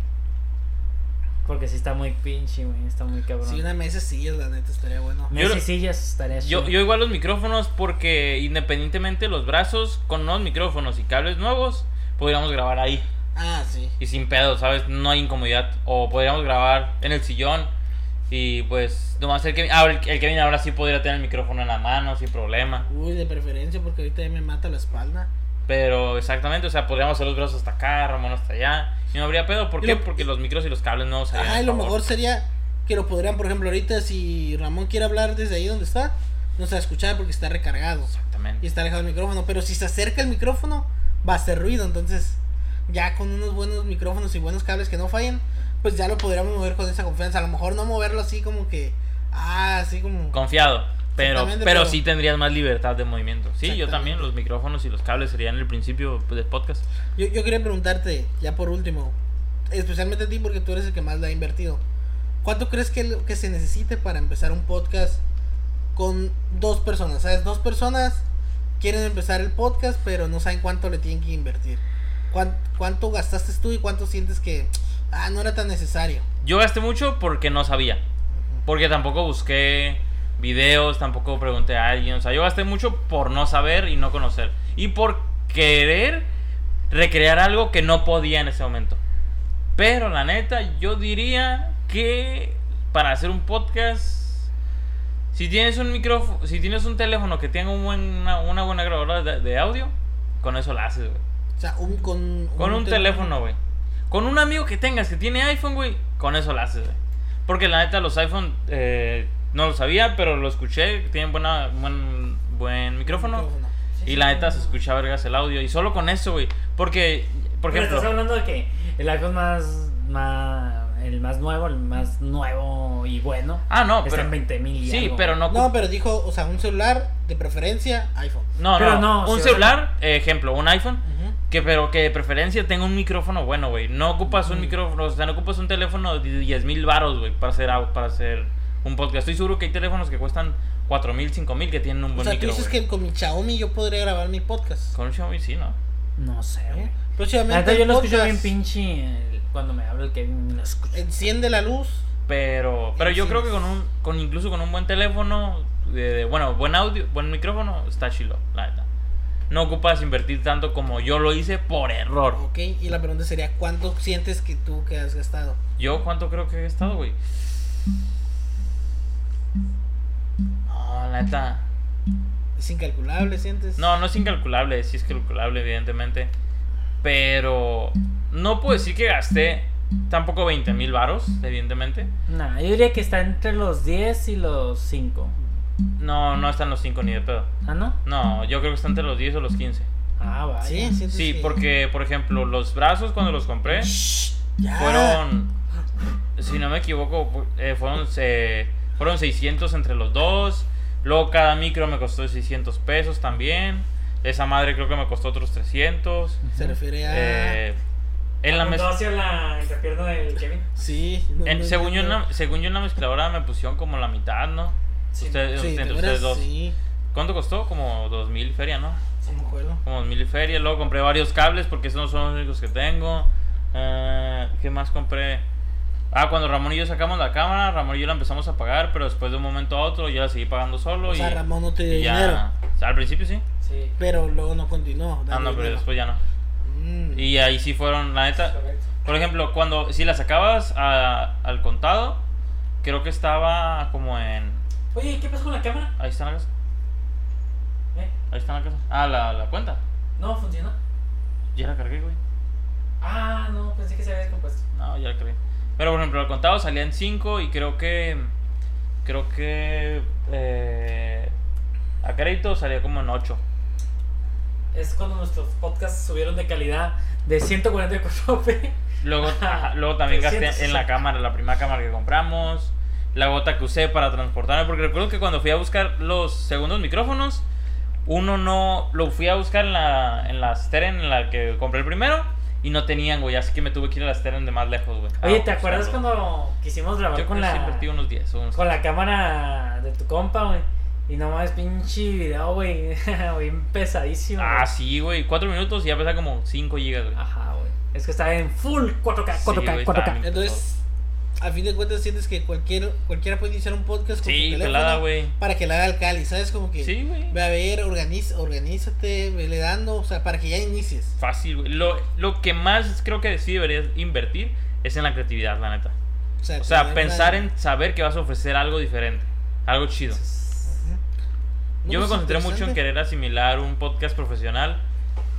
S4: Porque sí está muy pinche, güey. Está muy cabrón.
S3: Sí, una mesa sí, la neta, estaría bueno.
S4: Mesa
S1: Yo-
S4: y sillas estaría
S1: Yo,
S4: chido.
S1: yo igual los micrófonos porque independientemente los brazos, con nuevos micrófonos y cables nuevos, podríamos grabar ahí.
S3: Ah, sí.
S1: Y sin pedo, ¿sabes? No hay incomodidad. O podríamos grabar en el sillón. Y pues, nomás el Kevin, ah, el, el Kevin ahora sí podría tener el micrófono en la mano sin problema.
S3: Uy, de preferencia, porque ahorita ya me mata la espalda.
S1: Pero exactamente, o sea, podríamos hacer los brazos hasta acá, Ramón hasta allá. Y no habría pedo. ¿Por
S3: Y
S1: qué?
S3: lo-
S1: Porque los micros y los cables no se
S3: Ajá, y lo mejor sería que lo podrían, por ejemplo, ahorita si Ramón quiere hablar desde ahí donde está, no se va a escuchar porque está recargado y
S1: Exactamente.
S3: está alejado del micrófono. Pero si se acerca el micrófono, va a hacer ruido. Entonces, ya con unos buenos micrófonos y buenos cables que no fallen, pues ya lo podríamos mover con esa confianza. A lo mejor no moverlo así como que, ah, así como.
S1: Confiado. Pero, pero,
S3: Exactamente, pero-
S1: sí tendrías más libertad de movimiento. Sí, yo también.
S3: Exactamente.
S1: Los micrófonos y los cables serían el principio pues, del podcast.
S3: Yo, yo quería preguntarte, ya por último, especialmente a ti porque tú eres el que más la ha invertido. ¿Cuánto crees que, lo- que se necesite para empezar un podcast con dos personas? ¿Sabes? Dos personas quieren empezar el podcast, pero no saben cuánto le tienen que invertir. ¿Cuán- ¿Cuánto, gastaste tú y cuánto sientes que ah, no era tan necesario?
S1: Yo gasté mucho porque no sabía. Porque tampoco busqué videos, tampoco pregunté a alguien. O sea, yo gasté mucho por no saber y no conocer. Y por querer recrear algo que no podía en ese momento. Pero la neta, yo diría que para hacer un podcast, si tienes un micrófono, si tienes un teléfono que tenga un buen- una, una buena grabadora de, de audio, con eso la haces, güey.
S3: O sea, un, con,
S1: Con un teléfono, güey. Con un amigo que tengas que tiene iPhone, güey. Con eso la haces, güey. Porque la neta, los iPhone eh, no lo sabía, pero lo escuché. Tienen buena, buen, buen micrófono. Y la neta se escucha vergas el audio. Y solo con eso, güey. Porque, por
S4: Pero estás
S1: ejemplo,
S4: hablando de que el iPhone más, más. El más nuevo, el más nuevo y bueno.
S1: Ah, no,
S4: Está
S1: pero-
S4: en 20 mil.
S1: sí, pero no.
S3: No, pero dijo, o sea, un celular, de preferencia, iPhone.
S1: No,
S4: pero
S1: no,
S4: no,
S1: Un
S4: sí,
S1: celular, eh, ejemplo, un iPhone.
S3: Ujú.
S1: Que, pero que de preferencia tenga un micrófono bueno, güey. No ocupas un micrófono, o sea, no ocupas un teléfono de 10 mil baros, güey, para hacer, au- para hacer un podcast. Estoy seguro que hay teléfonos que cuestan 4 mil, 5 mil que tienen un
S3: O
S1: buen
S3: sea, tú
S1: micrófono.
S3: dices que con mi Xiaomi yo podría grabar mi podcast.
S1: Con un Xiaomi sí, ¿no?
S4: No sé, güey. ¿Eh? La
S3: Próximamente
S4: neta, yo
S3: el
S4: lo escucho bien
S3: podcast,
S4: pinche el- cuando me habla el Kevin. Lo escucho.
S3: Enciende la luz.
S1: Pero, pero yo
S3: Sí.
S1: creo que con un, con incluso con un buen teléfono, de, de- bueno, buen audio, buen micrófono, está chilo, la neta. No ocupas invertir tanto como yo lo hice por error.
S3: Ok, y la pregunta sería, ¿cuánto sientes que tú que has gastado?
S1: ¿Yo cuánto creo que he gastado, güey? No, la neta.
S3: ¿Es incalculable, sientes?
S1: No, no es incalculable, sí es calculable, evidentemente. Pero no puedo decir que gasté tampoco 20 mil varos, evidentemente.
S4: Nah, yo diría que está entre los 10 y los 5.
S1: No, no están los 5 ni de pedo.
S4: ¿Ah, no?
S1: No, yo creo que están entre los 10 o los 15.
S4: Ah, vaya.
S3: ¿Sí? ¿Sientes
S1: Sí,
S3: que-
S1: porque, por ejemplo, los brazos cuando los compré
S3: Shh, ya.
S1: fueron, si no me equivoco, fu- eh, fueron, eh, fueron 600 entre los dos. Luego cada micro me costó 600 pesos también. Esa madre creo que me costó otros 300.
S3: Se refiere a...
S1: Eh, en la mesa...
S4: hacia la entrepierna del Kevin?
S3: Sí. no,
S1: En-
S3: no
S1: según, yo en
S3: entiendo.
S1: la, según yo en la mezcladora me pusieron como la mitad, ¿no?
S4: Sí.
S1: Ustedes,
S3: Sí,
S1: entre
S3: de
S1: ustedes
S3: veras,
S1: dos.
S3: sí.
S1: ¿Cuánto costó? Como dos mil feria, ¿no?
S3: sí, me acuerdo.
S1: Como dos mil feria. Luego compré varios cables porque esos no son los únicos que tengo. Eh, ¿Qué más compré? Ah, cuando Ramón y yo sacamos la cámara, Ramón y yo la empezamos a pagar, pero después de un momento a otro yo la seguí pagando solo
S3: O
S1: y,
S3: sea, Ramón no te dio
S1: y ya.
S3: dinero.
S1: O sea, al principio sí.
S4: Sí.
S3: Pero luego no continuó.
S1: Ah, no,
S3: dando
S1: pero
S3: dinero.
S1: después ya no.
S3: Mm.
S1: Y ahí sí fueron, la neta.
S4: Correcto.
S1: Por ejemplo, cuando si la sacabas a- al contado, creo que estaba como en.
S4: Oye, ¿qué pasó con la cámara?
S1: Ahí está la casa.
S4: ¿Eh?
S1: Ahí está la casa. Ah, la, la cuenta.
S4: No, funcionó.
S1: Ya la cargué, güey.
S4: Ah, no, pensé que se había descompuesto.
S1: No, ya la cargué. Pero por ejemplo, al contado salían 5 y creo que. Creo que. eh, a crédito salía como en 8.
S4: Es cuando nuestros podcasts subieron de calidad de 144p.
S1: Luego, ajá, luego también gasté en
S4: 360.
S1: la cámara, la primera cámara que compramos, la gota que usé para transportarme, porque recuerdo que cuando fui a buscar los segundos micrófonos, uno no, lo fui a buscar en la, en la Steren, en la que compré el primero, y no tenían, güey, así que me tuve que ir a la Steren de más lejos, güey.
S4: Oye,
S1: Ah,
S4: ¿te acuerdas
S1: buscarlo.
S4: cuando quisimos grabar
S1: Yo
S4: con
S1: creo que sí
S4: la
S1: invertí unos 10 o unos
S4: con la cámara de tu compa, güey? Y nomás pinche video, güey, bien pesadísimo.
S1: Ah,
S4: güey.
S1: sí, güey, 4 minutos y ya pesa como 5 gigas, güey.
S4: Ajá, güey. Es que estaba en full 4K,
S1: Sí,
S4: 4K,
S1: güey,
S4: 4K.
S1: estaba bien.
S3: Entonces, a fin de cuentas sientes que cualquier, cualquiera puede iniciar un podcast con su
S1: Sí,
S3: teléfono
S1: pelada, güey.
S3: para que la haga el Cali, ¿sabes? Como que
S1: Sí, güey.
S3: ve a ver, organiza, organízate, vele dando, o sea, para que ya inicies.
S1: Fácil, güey. Lo, lo que más creo que sí deberías invertir es en la creatividad, la neta. O sea,
S3: tener
S1: pensar
S3: la-
S1: en saber que vas a ofrecer algo diferente, algo chido.
S3: Ujú. No,
S1: Yo me
S3: pues,
S1: concentré mucho en
S3: interesante.
S1: querer asimilar un podcast profesional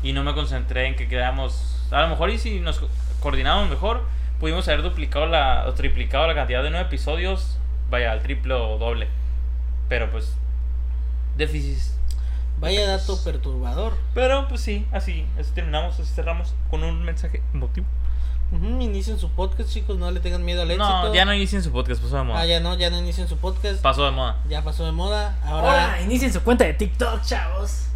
S1: y no me concentré en que creáramos. A lo mejor, y si nos co- coordinamos mejor, pudimos haber duplicado la, o triplicado la cantidad de nueve episodios, vaya, al triple o doble. Pero pues, déficit.
S3: Vaya dato perturbador.
S1: Pero pues sí, así, así terminamos, así cerramos con un mensaje emotivo.
S3: Ujú, Inicien su podcast, chicos, no le tengan miedo al éxito.
S1: No, ya no inician su podcast, pasó de moda.
S3: Ah, ya no, ya no inicien su podcast.
S1: Pasó de moda.
S3: ya pasó de moda. Ahora,
S4: Ahora inicien su cuenta de TikTok, chavos.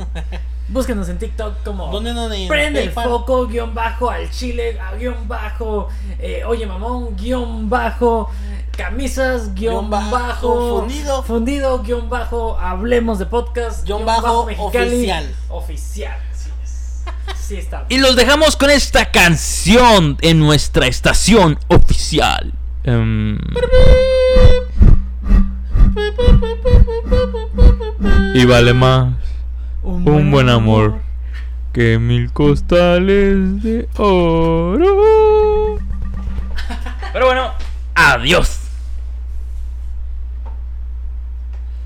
S4: Búsquenos en TikTok como
S3: ¿dónde no ne-
S4: Prende el
S3: PayPal?
S4: foco, guión bajo, al chile, a- guión bajo, eh, oye mamón, guión bajo, camisas, guión,
S3: Guión bajo,
S4: bajo,
S3: fundido.
S4: fundido, guión bajo, hablemos de podcast,
S3: Guión bajo, oficial.
S4: Oficial, sí es. Sí está.
S2: Y los dejamos con esta canción en nuestra estación oficial. Em. Y vale más un buen amor que mil costales de oro.
S1: Pero bueno,
S2: Adiós.